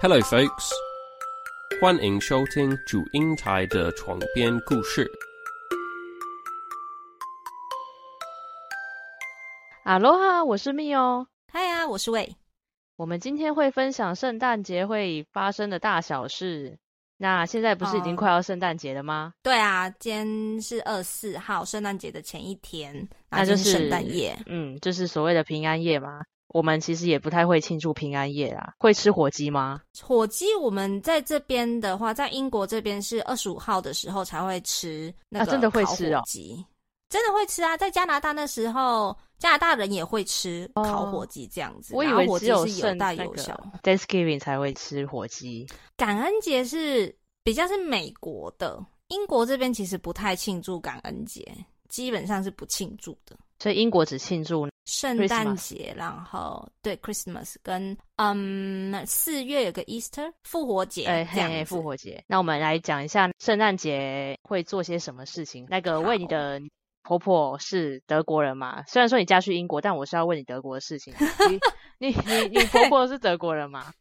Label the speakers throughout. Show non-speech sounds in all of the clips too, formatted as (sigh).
Speaker 1: Hello, folks！欢迎收听主英台的床边故事。
Speaker 2: 哈喽哈，我是蜜哦。
Speaker 3: 嗨啊，我是魏。
Speaker 2: 我们今天会分享圣诞节会发生的大小事。那现在不是已经
Speaker 3: 哦
Speaker 2: 快要圣诞节了吗？
Speaker 3: 对啊，今天是二四号，圣诞节的前一天，然
Speaker 2: 那
Speaker 3: 后
Speaker 2: 就
Speaker 3: 今天是圣诞夜。
Speaker 2: 嗯，就是所谓的平安夜嘛。我们其实也不太会庆祝平安夜啦。会吃火鸡吗？
Speaker 3: 火鸡我们在这边的话，在英国这边是二十五号的时候才会吃那
Speaker 2: 啊
Speaker 3: 个、
Speaker 2: 真的会吃哦
Speaker 3: 火鸡，真的会吃啊！在加拿大那时候，加拿大人也会吃
Speaker 2: 哦
Speaker 3: 烤火鸡这样子，
Speaker 2: 我以
Speaker 3: 然后
Speaker 2: 为
Speaker 3: 火
Speaker 2: 只
Speaker 3: 鸡
Speaker 2: 有
Speaker 3: 是有
Speaker 2: 圣
Speaker 3: 大
Speaker 2: 那
Speaker 3: 有
Speaker 2: 个
Speaker 3: 小。
Speaker 2: Thanksgiving 才会吃火鸡。
Speaker 3: 感恩节是比较是美国的，英国这边其实不太庆祝感恩节，基本上是不庆祝的。
Speaker 2: 所以英国只庆祝
Speaker 3: 圣诞节，然后对 Christmas 跟嗯四月有个 Easter 复活节
Speaker 2: 哎
Speaker 3: 这样
Speaker 2: 嘿，
Speaker 3: 子
Speaker 2: 复活节。那我们来讲一下圣诞节会做些什么事情。那个问你
Speaker 3: 好
Speaker 2: 的婆婆是德国人嘛？虽然说你嫁去英国，但我是要问你德国的事情。啊
Speaker 3: (laughs)
Speaker 2: 你你你你婆婆是德国人吗？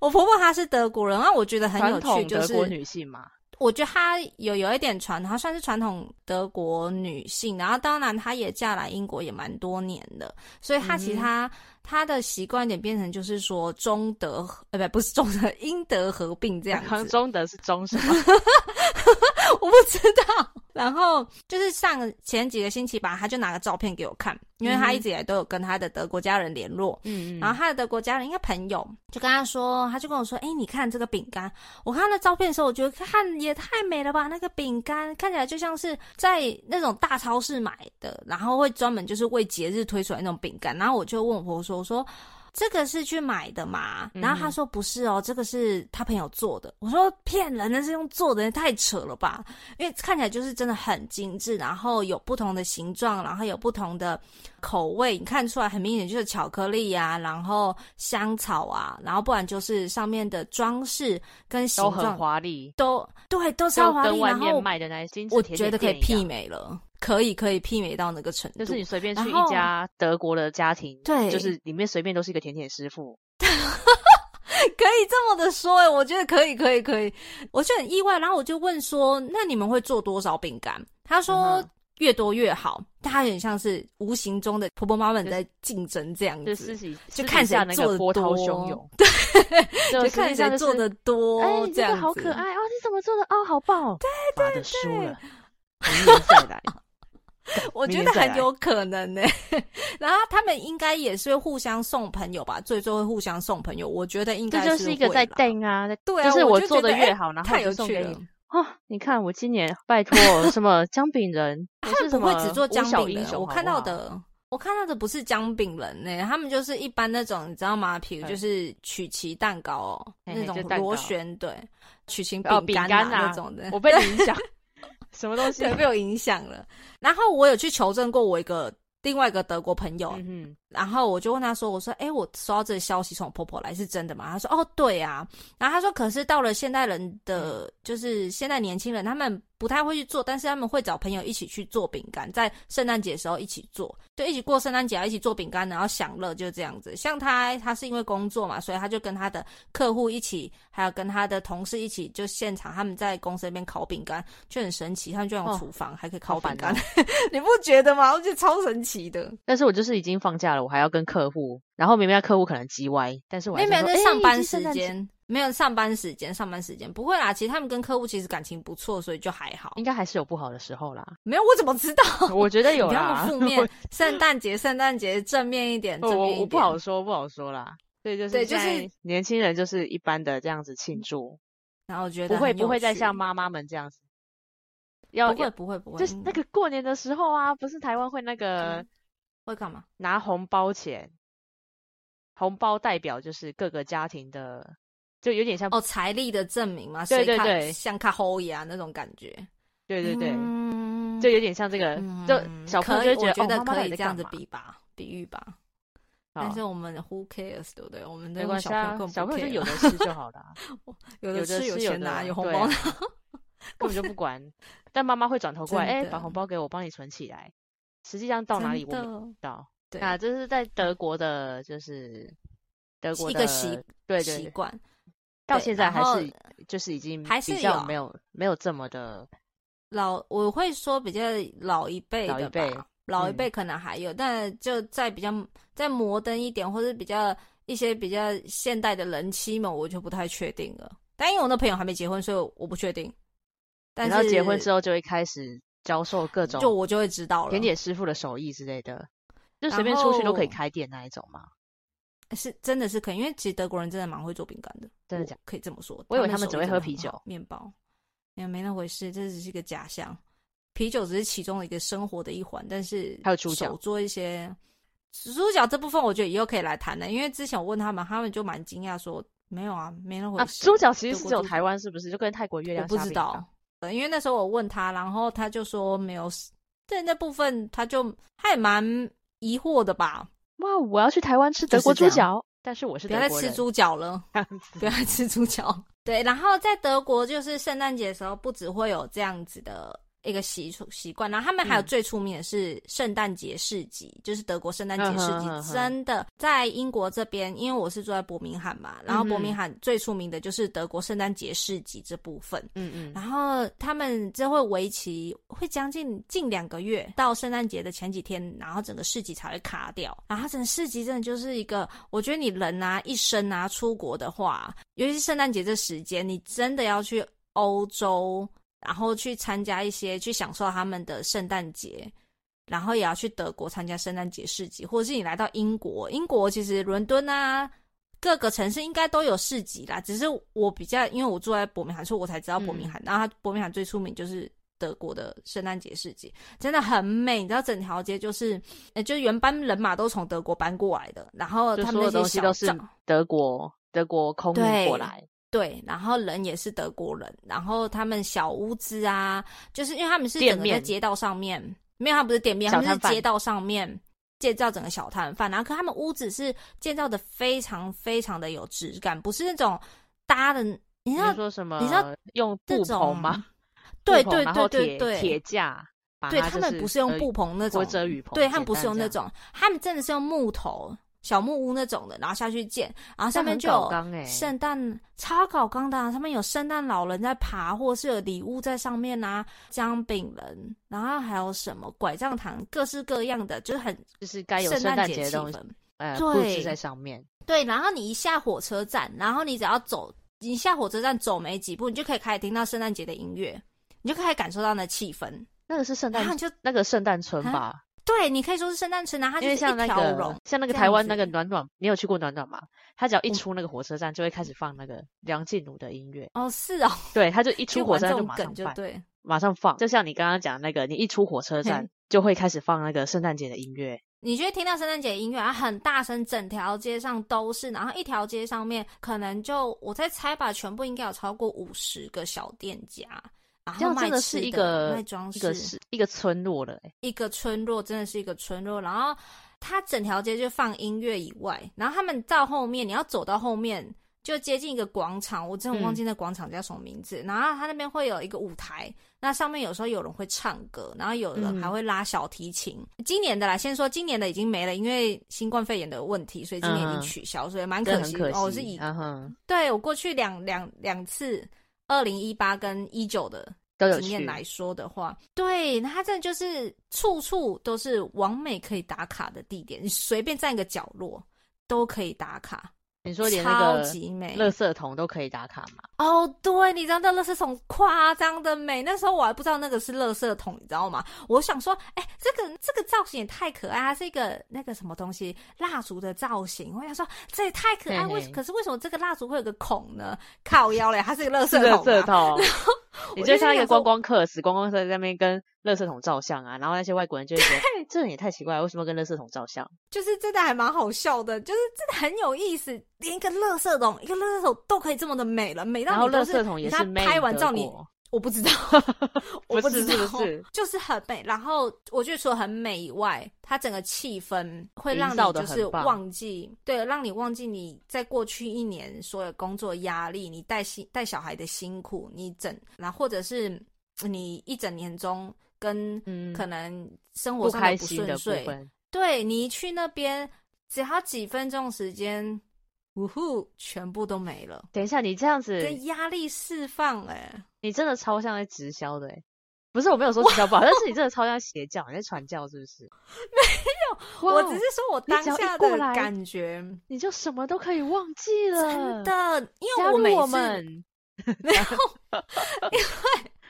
Speaker 3: 我婆婆她是德国人，那我觉得很有
Speaker 2: 传统
Speaker 3: 趣，就
Speaker 2: 德国
Speaker 3: 是
Speaker 2: 女性嘛。
Speaker 3: 我觉得她有有一点传统，她算是传统德国女性，然后当然她也嫁来英国也蛮多年的，所以她其实
Speaker 2: 嗯哼
Speaker 3: 她、她的习惯点变成就是说中德合呃不不是中德英德合并这样
Speaker 2: 好像 (laughs)
Speaker 3: 子，
Speaker 2: 中德是中
Speaker 3: (laughs)
Speaker 2: 什么？
Speaker 3: 我不知道。然后就是上前几个星期吧，他就拿个照片给我看，因为他一直以来都有跟他的德国家人联络。
Speaker 2: 嗯嗯。
Speaker 3: 然后他的德国家人应该朋友就跟他说，他就跟我说：“哎、你看这个饼干，我看那照片的时候，我觉得看也太美了吧！那个饼干看起来就像是在那种大超市买的，然后会专门就是为节日推出来那种饼干。”然后我就问我婆婆说：“我说这个是去买的嘛？”
Speaker 2: 嗯
Speaker 3: 然后她说：“不是哦，这个是她朋友做的。”我说：“骗人，那是用做的，太扯了吧！因为看起来就是真的很精致，然后有不同的形状，然后有不同的口味，你看出来很明显就是巧克力啊，然后香草啊，然后不然就是上面的装饰跟
Speaker 2: 嗯
Speaker 3: 形
Speaker 2: 都很
Speaker 3: 状
Speaker 2: 华丽，
Speaker 3: 都对都
Speaker 2: 就
Speaker 3: 超华
Speaker 2: 跟
Speaker 3: 丽，
Speaker 2: 外
Speaker 3: 然后
Speaker 2: 面卖的那些精致
Speaker 3: 我
Speaker 2: 甜
Speaker 3: 觉
Speaker 2: 点
Speaker 3: 得可以
Speaker 2: 店一样
Speaker 3: 媲美了，可以可以媲美到那个程度。
Speaker 2: 就是你随便
Speaker 3: 然
Speaker 2: 去一
Speaker 3: 后
Speaker 2: 家德国的家庭，
Speaker 3: 对
Speaker 2: 就是里面随便都是一个甜点师傅。
Speaker 3: 可以这么的说、欸，我觉得可以，可以，可以，我就很意外。然后我就问说：“那你们会做多少饼干？”他说
Speaker 2: 嗯哼：“
Speaker 3: 越多越好。”但他有点像是无形中的婆婆妈妈们
Speaker 2: 就
Speaker 3: 在竞争这样
Speaker 2: 就
Speaker 3: 子
Speaker 2: 私，己
Speaker 3: 就看谁
Speaker 2: 下那
Speaker 3: 做
Speaker 2: 个
Speaker 3: 得
Speaker 2: 波涛
Speaker 3: 多
Speaker 2: 汹涌， (laughs) 对，
Speaker 3: 就
Speaker 2: 就
Speaker 3: 看
Speaker 2: 下
Speaker 3: 谁做的多、
Speaker 2: 哎，你
Speaker 3: 这
Speaker 2: 个
Speaker 3: 样子。
Speaker 2: 好可爱哦，你怎么做的哦，好棒哦，对对对，输 (laughs) 了，明年再来，
Speaker 3: 我觉
Speaker 2: 明
Speaker 3: 得
Speaker 2: 年再
Speaker 3: 很
Speaker 2: 来
Speaker 3: 有可能呢、 (laughs) 然后他们应该也是会互相送朋友吧，最终会互相送朋友。我觉得应该
Speaker 2: 这就是一个
Speaker 3: 会
Speaker 2: 在
Speaker 3: 啦
Speaker 2: 定啊，在
Speaker 3: 对啊，
Speaker 2: 就是
Speaker 3: 我
Speaker 2: 做
Speaker 3: 觉
Speaker 2: 的
Speaker 3: 得
Speaker 2: 越
Speaker 3: 哎
Speaker 2: 好，然后
Speaker 3: 太
Speaker 2: 我就
Speaker 3: 有
Speaker 2: 送
Speaker 3: 趣
Speaker 2: 给
Speaker 3: 了
Speaker 2: 你。啊！你看我今年拜托什么 (laughs) 姜饼人，我是什
Speaker 3: 不会
Speaker 2: 么
Speaker 3: 只做
Speaker 2: 五
Speaker 3: 姜
Speaker 2: 小
Speaker 3: 饼
Speaker 2: 英
Speaker 3: 人，
Speaker 2: 雄
Speaker 3: 我
Speaker 2: 好
Speaker 3: 看
Speaker 2: 不
Speaker 3: 到
Speaker 2: 好，
Speaker 3: 的。我看到的不是姜饼人呢、他们就是一般那种，你知道吗？比如
Speaker 2: 嗯
Speaker 3: 就是曲奇蛋糕哦，
Speaker 2: 嘿嘿
Speaker 3: 那种
Speaker 2: 就蛋糕
Speaker 3: 螺旋对，曲奇
Speaker 2: 哦
Speaker 3: 饼干
Speaker 2: 饼干啊
Speaker 3: 那种的，
Speaker 2: 我被你影 (laughs) 响，什么东西
Speaker 3: 对，？被我影响了。然后我有去求证过我一个另外一个德国朋友，啊
Speaker 2: 嗯
Speaker 3: 然后我就问他说：“我说，哎，我收到这个消息从我婆婆来是真的吗？”他说：“哦，对啊。”然后他说：“可是到了现代人的，
Speaker 2: 嗯
Speaker 3: 就是现在年轻人，他们不太会去做，但是他们会找朋友一起去做饼干，在圣诞节的时候一起做，就一起过圣诞节，啊，一起做饼干，然后享乐，就这样子。像他，他是因为工作嘛，所以他就跟他的客户一起，还有跟他的同事一起，就现场他们在公司那边烤饼干，就很神奇，他们就用
Speaker 2: 哦
Speaker 3: 厨房、还可以
Speaker 2: 好
Speaker 3: 烤饼
Speaker 2: 烦
Speaker 3: 干
Speaker 2: 哦，
Speaker 3: (laughs) 你不觉得吗？我觉得超神奇的。”
Speaker 2: 但是我就是已经放假了，我还要跟客户，然后明明那客户可能叽歪，但是我
Speaker 3: 没
Speaker 2: 还
Speaker 3: 有
Speaker 2: 是
Speaker 3: 没有，
Speaker 2: 说
Speaker 3: 那
Speaker 2: 哎
Speaker 3: 上
Speaker 2: 已
Speaker 3: 班
Speaker 2: 经圣
Speaker 3: 时
Speaker 2: 诞节
Speaker 3: 间没有上班时间，上班时间不会啦。其实他们跟客户其实感情不错，所以就还好
Speaker 2: 应。该还是有不好的时候啦。 (laughs)
Speaker 3: 没有，我怎么知道？
Speaker 2: 嗯我觉得有
Speaker 3: (laughs) 你不要那
Speaker 2: 啦
Speaker 3: 么，负面。圣诞节，圣诞节正面一点，
Speaker 2: 我
Speaker 3: 正面
Speaker 2: 哦我
Speaker 3: 一点。
Speaker 2: 我不好说，不好说啦。对，就是
Speaker 3: 对就是
Speaker 2: 现在年轻人就是一般的这样子庆祝，
Speaker 3: 然后我觉得
Speaker 2: 不会
Speaker 3: 很有
Speaker 2: 不会再
Speaker 3: 趣
Speaker 2: 像妈妈们这样子，要
Speaker 3: 不会
Speaker 2: 要
Speaker 3: 不会不会，
Speaker 2: 就是那个过年的时候啊，不是台湾会那个
Speaker 3: 嗯会干嘛？
Speaker 2: 拿红包钱，红包代表就是各个家庭的，就有点像
Speaker 3: 哦，财力的证明嘛，
Speaker 2: 对
Speaker 3: 谁
Speaker 2: 对
Speaker 3: 看
Speaker 2: 对
Speaker 3: 像卡侯爷啊那种感觉。
Speaker 2: 对对对，
Speaker 3: 嗯
Speaker 2: 就有点像这个，
Speaker 3: 嗯
Speaker 2: 就小朋
Speaker 3: 可
Speaker 2: 友
Speaker 3: 以
Speaker 2: 就
Speaker 3: 我
Speaker 2: 觉
Speaker 3: 觉
Speaker 2: 得
Speaker 3: 得
Speaker 2: 哦，妈妈
Speaker 3: 可
Speaker 2: 到底
Speaker 3: 以
Speaker 2: 在
Speaker 3: 这样
Speaker 2: 干
Speaker 3: 子
Speaker 2: 嘛
Speaker 3: 比吧，比喻吧。但
Speaker 2: 好
Speaker 3: 是我们 who cares 对不对？我们
Speaker 2: 没
Speaker 3: 那
Speaker 2: 关
Speaker 3: 种
Speaker 2: 系
Speaker 3: 小朋
Speaker 2: 啊小朋
Speaker 3: 友，根本不
Speaker 2: 友就
Speaker 3: care
Speaker 2: 有的吃就好了，
Speaker 3: 有
Speaker 2: 有
Speaker 3: 的
Speaker 2: 的
Speaker 3: 吃有
Speaker 2: 吃有
Speaker 3: 钱
Speaker 2: 的
Speaker 3: 拿，有红
Speaker 2: 对
Speaker 3: 包
Speaker 2: 啊
Speaker 3: 拿。
Speaker 2: 根本就不管。但妈妈会转头过来，
Speaker 3: 真
Speaker 2: 哎、
Speaker 3: 的
Speaker 2: 把红包给我，帮你存起来。实际上到哪里我
Speaker 3: 真
Speaker 2: 们不
Speaker 3: 的
Speaker 2: 知道。
Speaker 3: 对嗯
Speaker 2: 那这是在德国的，就是德国
Speaker 3: 一
Speaker 2: 的
Speaker 3: 个习
Speaker 2: 对对
Speaker 3: 习
Speaker 2: 对
Speaker 3: 惯。
Speaker 2: 到现在还
Speaker 3: 然后
Speaker 2: 是就是已经
Speaker 3: 还是
Speaker 2: 比较
Speaker 3: 有
Speaker 2: 没有没有这么的，
Speaker 3: 老我会说比较老一辈
Speaker 2: 老一
Speaker 3: 的
Speaker 2: 辈
Speaker 3: 吧，老一
Speaker 2: 嗯
Speaker 3: 辈可能还有，但就在比较再摩登一点，或是比较一些比较现代的人妻们，我就不太确定了。但因为我的朋友还没结婚，所以我不确定。但
Speaker 2: 然后
Speaker 3: 是
Speaker 2: 结婚之后就会开始教授各种
Speaker 3: 就我就会知道了。
Speaker 2: 田姐师傅的手艺之类的，就随
Speaker 3: 然
Speaker 2: 便出去都可以
Speaker 3: 后
Speaker 2: 开店那一种嘛。
Speaker 3: 是真的是可以，因为其实德国人真的蛮会做饼干的，
Speaker 2: 真的
Speaker 3: 我
Speaker 2: 假
Speaker 3: 可以这么说。
Speaker 2: 我以为
Speaker 3: 他
Speaker 2: 他们只
Speaker 3: 手艺
Speaker 2: 会
Speaker 3: 真
Speaker 2: 喝
Speaker 3: 的
Speaker 2: 啤
Speaker 3: 很好
Speaker 2: 酒
Speaker 3: 面包，没没那回事，这只是一个假象。啤酒只是其中的一个生活的一环，但是
Speaker 2: 还有猪脚
Speaker 3: 手做一些猪脚这部分，我觉得以后可以来谈的，因为之前我问他们，他们就蛮惊讶说没有啊，没那回
Speaker 2: 啊，
Speaker 3: 事。
Speaker 2: 猪脚其实
Speaker 3: 德
Speaker 2: 是
Speaker 3: 国
Speaker 2: 只有
Speaker 3: 猪
Speaker 2: 台湾是不是？就跟泰国月
Speaker 3: 我
Speaker 2: 亮
Speaker 3: 不
Speaker 2: 虾
Speaker 3: 知
Speaker 2: 饼一样
Speaker 3: 道，呃因为那时候我问他，然后他就说没有，对那部分他就他也蛮疑惑的吧，
Speaker 2: 哇，我要去台湾吃
Speaker 3: 就
Speaker 2: 德
Speaker 3: 是
Speaker 2: 国
Speaker 3: 这
Speaker 2: 猪
Speaker 3: 样
Speaker 2: 脚，但是我是
Speaker 3: 不要
Speaker 2: 德
Speaker 3: 再
Speaker 2: 国
Speaker 3: 吃
Speaker 2: 人，
Speaker 3: 猪脚了。
Speaker 2: 这样子 (laughs)
Speaker 3: 不要吃猪脚。对，然后在德国就是圣诞节的时候，不只会有这样子的一个习俗习惯，然后他们还有
Speaker 2: 嗯
Speaker 3: 最出名的是圣诞节市集，就是德国圣诞
Speaker 2: 嗯
Speaker 3: 节市
Speaker 2: 哼
Speaker 3: 集，
Speaker 2: 嗯哼
Speaker 3: 真的在英国这边，因为我是住在伯明翰嘛，然
Speaker 2: 嗯
Speaker 3: 后
Speaker 2: 哼
Speaker 3: 伯明翰最出名的就是德国圣诞节市集这部分。 (laughs)
Speaker 2: 嗯嗯
Speaker 3: 然后他们这会为期会将近近两个月，到圣诞节的前几天，然后整个市集才会卡掉。然后整个市集真的就是一个，我觉得你人啊一生啊出国的话，尤其是圣诞节这时间，你真的要去欧洲，然后去参加一些去享受他们的圣诞节。然后也要去德国参加圣诞节市集，或者是你来到英国，英国其实伦敦啊，各个城市应该都有市集啦，只是我比较，因为我住在伯明翰，所以我才知道伯明
Speaker 2: 嗯
Speaker 3: 翰。然后它伯明翰最出名就是德国的圣诞节市集，真的很美。你知道整条街就是，呃，就是原班人马都从德国搬过来的，然后
Speaker 2: 就
Speaker 3: 他
Speaker 2: 所
Speaker 3: 们
Speaker 2: 有
Speaker 3: 那
Speaker 2: 东
Speaker 3: 些
Speaker 2: 西
Speaker 3: 小
Speaker 2: 都是
Speaker 3: 巷
Speaker 2: 德国德国空运过
Speaker 3: 对
Speaker 2: 来，
Speaker 3: 对，然后人也是德国人，然后他们小屋子啊，就是因为他们是
Speaker 2: 店
Speaker 3: 整个在
Speaker 2: 面
Speaker 3: 街道上面，没有，他不是店面，他
Speaker 2: 小
Speaker 3: 们是
Speaker 2: 摊贩
Speaker 3: 街道上面建造整个小摊贩，然后可他们屋子是建造的非常非常的有质感，不是那种搭的，你
Speaker 2: 你
Speaker 3: 知道
Speaker 2: 是说什么？
Speaker 3: 知道
Speaker 2: 用
Speaker 3: 这
Speaker 2: 布
Speaker 3: 种
Speaker 2: 棚吗？
Speaker 3: (laughs)
Speaker 2: 布
Speaker 3: 对
Speaker 2: 棚
Speaker 3: 对
Speaker 2: 然
Speaker 3: 对
Speaker 2: 后
Speaker 3: 对
Speaker 2: 铁
Speaker 3: 对
Speaker 2: 铁架，把
Speaker 3: 对
Speaker 2: 它
Speaker 3: 他
Speaker 2: 就
Speaker 3: 们不是用
Speaker 2: 呃
Speaker 3: 布棚那
Speaker 2: 或
Speaker 3: 种，
Speaker 2: 遮雨棚，
Speaker 3: 对他们
Speaker 2: 简
Speaker 3: 不是
Speaker 2: 单
Speaker 3: 用
Speaker 2: 这
Speaker 3: 那
Speaker 2: 样，
Speaker 3: 种，他们真的是用木头小木屋那种的，然后下去建，然后
Speaker 2: 这
Speaker 3: 上面
Speaker 2: 很
Speaker 3: 就
Speaker 2: 搞
Speaker 3: 有
Speaker 2: 纲欸
Speaker 3: 圣诞超搞纲的、啊，上面有圣诞老人在爬，或是有礼物在上面啊，姜饼人，然后还有什么拐杖糖，各式各样的，就是很
Speaker 2: 就是该有
Speaker 3: 圣
Speaker 2: 圣
Speaker 3: 诞
Speaker 2: 诞
Speaker 3: 节
Speaker 2: 节
Speaker 3: 气
Speaker 2: 的东西
Speaker 3: 氛，。
Speaker 2: 呃，布置
Speaker 3: 对
Speaker 2: 在上面。
Speaker 3: 对，然后你一下火车站，然后你只要走，你下火车站走没几步，你就可以开始听到圣诞节的音乐，你就可以感受到那气氛，
Speaker 2: 那个是圣
Speaker 3: 然后
Speaker 2: 诞
Speaker 3: 你，就
Speaker 2: 那个圣诞村
Speaker 3: 啊
Speaker 2: 吧，
Speaker 3: 对你可以说是圣诞村，然后它
Speaker 2: 因
Speaker 3: 就是
Speaker 2: 为
Speaker 3: 一
Speaker 2: 像那
Speaker 3: 条龙
Speaker 2: 个。像那个
Speaker 3: 这
Speaker 2: 台
Speaker 3: 样
Speaker 2: 湾那
Speaker 3: 子
Speaker 2: 个暖暖，你有去过暖暖吗？他只要一
Speaker 3: 我
Speaker 2: 出那个火车站，就会开始放那个梁静茹的音乐。
Speaker 3: 哦，是哦，
Speaker 2: 对，他就一
Speaker 3: 去
Speaker 2: 出火
Speaker 3: 玩
Speaker 2: 车
Speaker 3: 这
Speaker 2: 站就
Speaker 3: 种
Speaker 2: 马
Speaker 3: 梗
Speaker 2: 上
Speaker 3: 就
Speaker 2: 放，
Speaker 3: 对，
Speaker 2: 马上放。就像你刚刚讲那个，你一出火车站
Speaker 3: 嘿
Speaker 2: 就会开始放那个圣诞节的音乐。
Speaker 3: 你就会听到圣诞节音乐，然后很大声，整条街上都是，然后一条街上面可能就我在猜吧，全部应该有超过五十个小店家，然
Speaker 2: 这
Speaker 3: 后
Speaker 2: 样
Speaker 3: 卖
Speaker 2: 真
Speaker 3: 吃
Speaker 2: 的是一
Speaker 3: 的
Speaker 2: 个
Speaker 3: 卖装
Speaker 2: 一个
Speaker 3: 饰，
Speaker 2: 是一个村落了、欸，
Speaker 3: 一个村落，真的是一个村落。然后它整条街就放音乐以外，然后他们到后面，你要走到后面就接近一个广场，我真
Speaker 2: 嗯
Speaker 3: 的忘记那广场叫什么名字。然后它那边会有一个舞台，那上面有时候有人会唱歌，然后有人
Speaker 2: 嗯
Speaker 3: 还会拉小提琴。今年的啦，先说今年的已经没了，因为新冠肺炎的问题，所以今年已经
Speaker 2: 嗯
Speaker 3: 取消，所以蛮
Speaker 2: 真
Speaker 3: 可
Speaker 2: 的很
Speaker 3: 惜
Speaker 2: 可惜。
Speaker 3: 哦。我是以
Speaker 2: 嗯哼，
Speaker 3: 对我过去两两两次，二零一八跟一九的
Speaker 2: 都有
Speaker 3: 经
Speaker 2: 去
Speaker 3: 验。来说的话，对，那它真的就是处处都是完美可以打卡的地点，你随便站一个角落都可以打卡，
Speaker 2: 你说连那
Speaker 3: 超
Speaker 2: 个
Speaker 3: 级美。
Speaker 2: 垃圾桶都可以打卡吗？
Speaker 3: 哦，对，你知道那垃圾桶夸张的美，那时候我还不知道那个是垃圾桶，你知道吗？我想说，哎、这个这个造型也太可爱，它啊是一个那个什么东西蜡烛的造型，我想说这也太可爱，
Speaker 2: 嘿嘿
Speaker 3: 为什可是为什么这个蜡烛会有个孔呢？靠腰嘞，它是一 (laughs) 个垃圾
Speaker 2: 是垃
Speaker 3: 桶、啊 (laughs)
Speaker 2: 圾，桶，你就会
Speaker 3: 我就
Speaker 2: 看到
Speaker 3: 心
Speaker 2: 一
Speaker 3: 想
Speaker 2: 个
Speaker 3: 说
Speaker 2: 观光客，死观光客在那边跟垃圾桶照相啊，然后那些外国人就会觉得，这人也太奇怪了，为什么跟垃圾桶照相？
Speaker 3: 就是真的还蛮好笑的，就是真的很有意思，连一个垃圾桶，一个垃圾桶都可以这么的美了，美
Speaker 2: 然
Speaker 3: 到
Speaker 2: 后
Speaker 3: 你都
Speaker 2: 垃
Speaker 3: 是
Speaker 2: 圾桶也
Speaker 3: 你看
Speaker 2: 是 made
Speaker 3: 拍完
Speaker 2: 德
Speaker 3: 照你
Speaker 2: 国，
Speaker 3: 我不知道我
Speaker 2: 不
Speaker 3: 知
Speaker 2: 是
Speaker 3: 道，
Speaker 2: 是不是
Speaker 3: 就是很美。然后我觉得除了很美以外，它整个气氛会让
Speaker 2: 营
Speaker 3: 你
Speaker 2: 造得
Speaker 3: 就
Speaker 2: 很
Speaker 3: 是
Speaker 2: 棒
Speaker 3: 忘记，对，让你忘记你在过去一年所有工作压力，你带辛带小孩的辛苦，你整然后或者是你一整年中跟
Speaker 2: 嗯，
Speaker 3: 可能生活
Speaker 2: 不
Speaker 3: 上的
Speaker 2: 开
Speaker 3: 不
Speaker 2: 心的
Speaker 3: 顺
Speaker 2: 部
Speaker 3: 遂，
Speaker 2: 分，
Speaker 3: 对你一去那边，只要几分钟时间，呜呼，全部都没了，
Speaker 2: 等一下，你这样子，
Speaker 3: 跟压力释放哎、
Speaker 2: 你真的超像在直销的、欸。不是，我没有说直销不好，但是你真的超像邪教，你在传教是不
Speaker 3: (laughs)
Speaker 2: 是？没有
Speaker 3: 我只是说我当
Speaker 2: 哦你只要一
Speaker 3: 下
Speaker 2: 过
Speaker 3: 的
Speaker 2: 来
Speaker 3: 感觉，
Speaker 2: 你就什么都可以忘记了，
Speaker 3: 真的，因
Speaker 2: 加
Speaker 3: 为
Speaker 2: 入
Speaker 3: 每
Speaker 2: 我
Speaker 3: 次
Speaker 2: 们
Speaker 3: 没有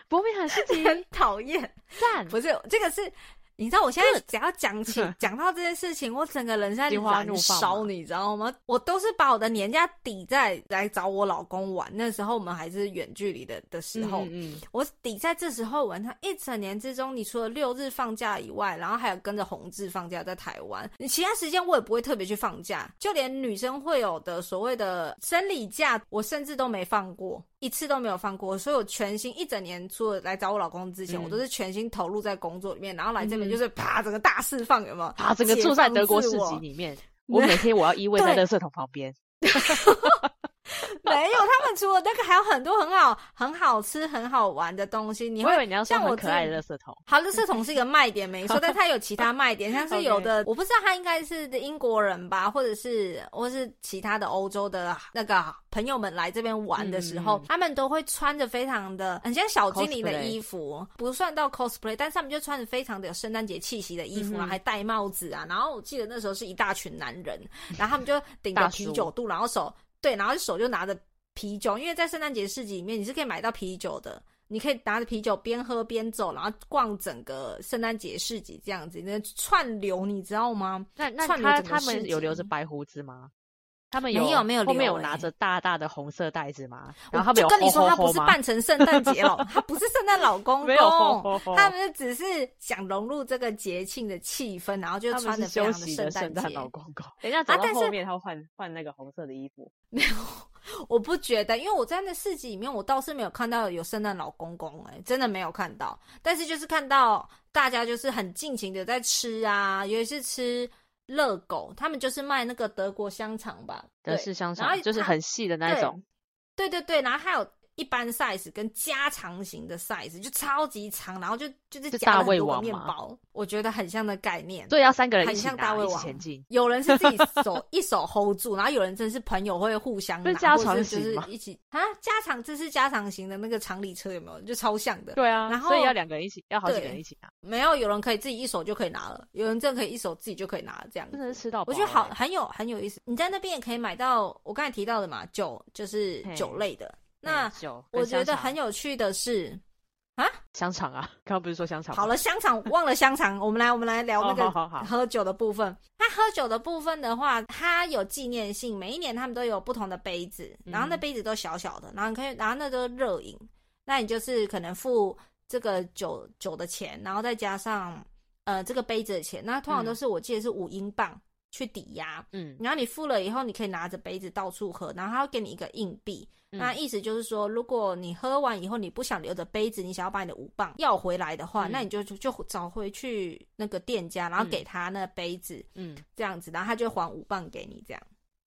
Speaker 2: 博美海诗集
Speaker 3: 很 (laughs) 讨厌，
Speaker 2: 赞，
Speaker 3: 不是这个是，你知道我现在只要讲起讲到这件事情，我整个人在
Speaker 2: 心花怒
Speaker 3: 燃
Speaker 2: 放
Speaker 3: 烧，
Speaker 2: 嘛
Speaker 3: 你知道吗？我都是把我的年假抵在来找我老公玩，那时候我们还是远距离的的时候，
Speaker 2: 嗯嗯
Speaker 3: 我抵在这时候玩，他一整年之中，你除了六日放假以外，然后还有跟着红字放假在台湾，你其他时间我也不会特别去放假，就连女生会有的所谓的生理假，我甚至都没放过。一次都没有放过，所以我全心一整年，除了来找我老公之前，
Speaker 2: 嗯
Speaker 3: 我都是全心投入在工作里面，然后来这边
Speaker 2: 嗯
Speaker 3: 就是啪，整个大释放，有没 (laughs) 有？
Speaker 2: 啊，整个
Speaker 3: 解
Speaker 2: 住在
Speaker 3: 放
Speaker 2: 德国
Speaker 3: 自
Speaker 2: 市
Speaker 3: 我
Speaker 2: 集里面，我每天我要依偎在
Speaker 3: 对
Speaker 2: 垃圾桶旁边，
Speaker 3: 没有，他们除了那个还有很多很好、很好吃、很好玩的东西。你
Speaker 2: 我
Speaker 3: 会
Speaker 2: 以为你要说
Speaker 3: 像我
Speaker 2: 很可
Speaker 3: 之
Speaker 2: 爱
Speaker 3: 前
Speaker 2: 的垃圾桶，
Speaker 3: 好，垃圾桶是一个卖点，没错，但它有其他卖点，像是
Speaker 2: (laughs)
Speaker 3: 有的我不知道他应该是英国人吧，或者是呃或是其他的欧洲的那个朋友们来这边玩的时候，
Speaker 2: 嗯
Speaker 3: 他们都会穿着非常的很像小精灵的
Speaker 2: Cosplay
Speaker 3: 衣服，不算到 cosplay，但是他们就穿着非常的有圣诞节气息的衣服，
Speaker 2: 嗯哼
Speaker 3: 然后还戴帽子啊，然后我记得那时候是一大群男人，然后他们就顶
Speaker 2: 大
Speaker 3: 着
Speaker 2: 叔
Speaker 3: 啤酒肚，然后手对，然后手就拿着啤酒，因为在圣诞节市集里面你是可以买到啤酒的，你可以拿着啤酒边喝边走，然后逛整个圣诞节市集这样子，那串流你知道吗？
Speaker 2: 那那
Speaker 3: 串流
Speaker 2: 他
Speaker 3: 整个
Speaker 2: 他
Speaker 3: 市
Speaker 2: 们有留
Speaker 3: 集
Speaker 2: 着白胡子吗？他们
Speaker 3: 没有没有
Speaker 2: 后面
Speaker 3: 留
Speaker 2: 有拿
Speaker 3: 欸
Speaker 2: 着大大的红色袋子吗？
Speaker 3: 我
Speaker 2: 然后他们
Speaker 3: 就
Speaker 2: 有
Speaker 3: 跟你
Speaker 2: 吼
Speaker 3: 说，
Speaker 2: 吼
Speaker 3: 他
Speaker 2: 吼
Speaker 3: 不是
Speaker 2: 吗
Speaker 3: 扮成圣诞
Speaker 2: (laughs)
Speaker 3: 节老，他不是圣诞老公公，
Speaker 2: 没有吼吼吼
Speaker 3: 他们只是想融入这个节庆的气氛，然后就
Speaker 2: 他们
Speaker 3: 穿
Speaker 2: 是
Speaker 3: 的非
Speaker 2: 休
Speaker 3: 常
Speaker 2: 息
Speaker 3: 圣
Speaker 2: 圣
Speaker 3: 诞
Speaker 2: 诞
Speaker 3: 节。
Speaker 2: 老公公。等一下走
Speaker 3: 啊
Speaker 2: 到
Speaker 3: 但
Speaker 2: 后
Speaker 3: 是
Speaker 2: 面，他换换那个红色的衣服。
Speaker 3: 我不觉得，因为我在那市集里面，我倒是没有看到有圣诞老公公、哎，真的没有看到。但是就是看到大家就是很尽情的在吃啊，尤其是吃热狗，他们就是卖那个德国香肠吧，
Speaker 2: 德
Speaker 3: 对
Speaker 2: 式香
Speaker 3: 然
Speaker 2: 肠
Speaker 3: 后
Speaker 2: 就是
Speaker 3: 它
Speaker 2: 很细的那一种，
Speaker 3: 对对对，然后还有一般 size 跟加长型的 size，就超级长，然后就就是
Speaker 2: 就
Speaker 3: 夹
Speaker 2: 大
Speaker 3: 了很
Speaker 2: 胃
Speaker 3: 多个
Speaker 2: 王
Speaker 3: 面
Speaker 2: 嘛
Speaker 3: 包，我觉得很像的概念。
Speaker 2: 所以要三个人一
Speaker 3: 很
Speaker 2: 起
Speaker 3: 像大
Speaker 2: 拿，
Speaker 3: 胃
Speaker 2: 一起
Speaker 3: 王
Speaker 2: 前进。
Speaker 3: 有人是自己手 (laughs) 一手 hold 住，然后有人真是朋友会互相拿，
Speaker 2: 是加
Speaker 3: 或者
Speaker 2: 长
Speaker 3: 是就
Speaker 2: 型
Speaker 3: 是
Speaker 2: 吗
Speaker 3: 一起啊，加长这是加长型的那个长礼车有没有？就超像的，
Speaker 2: 对啊，
Speaker 3: 然
Speaker 2: 所以
Speaker 3: 后
Speaker 2: 要两个人一起，要好几个人
Speaker 3: 对
Speaker 2: 一起拿，
Speaker 3: 没有有人可以自己一手就可以拿了，有人真的可以一手自己就可以拿了这样
Speaker 2: 真
Speaker 3: 子。
Speaker 2: 的是吃到饱
Speaker 3: 我
Speaker 2: 欸。
Speaker 3: 觉得好很有很有意思，你在那边也可以买到我刚才提到的嘛，酒就是
Speaker 2: 嘿
Speaker 3: 酒类的。
Speaker 2: 嗯
Speaker 3: 那
Speaker 2: 酒跟
Speaker 3: 我觉
Speaker 2: 香
Speaker 3: 得
Speaker 2: 肠
Speaker 3: 很有趣的是，
Speaker 2: 香肠啊，刚刚不是说香肠吗？
Speaker 3: 好了，香肠忘了香肠，我们来我们来聊
Speaker 2: 哦
Speaker 3: 那
Speaker 2: 好好
Speaker 3: 个
Speaker 2: 好
Speaker 3: 喝酒的部分。它喝酒的部分的话，它有纪念性，每一年他们都有不同的杯子，然后那
Speaker 2: 嗯
Speaker 3: 杯子都小小的，然后你可以，然后那都是热饮，那你就是可能付这个酒酒的钱，然后再加上呃这个杯子的钱，那通常都
Speaker 2: 嗯
Speaker 3: 是我记得是五英镑去抵押，
Speaker 2: 嗯，
Speaker 3: 然后你付了以后，你可以拿着杯子到处喝，然后他会给你一个硬币。
Speaker 2: 嗯
Speaker 3: 那意思就是说，如果你喝完以后你不想留着杯子，你想要把你的五磅要回来的话，
Speaker 2: 嗯
Speaker 3: 那你就就就找回去那个店家，然后
Speaker 2: 嗯
Speaker 3: 给他那杯子、
Speaker 2: 嗯，
Speaker 3: 这样子，然后他就还五磅给你这样。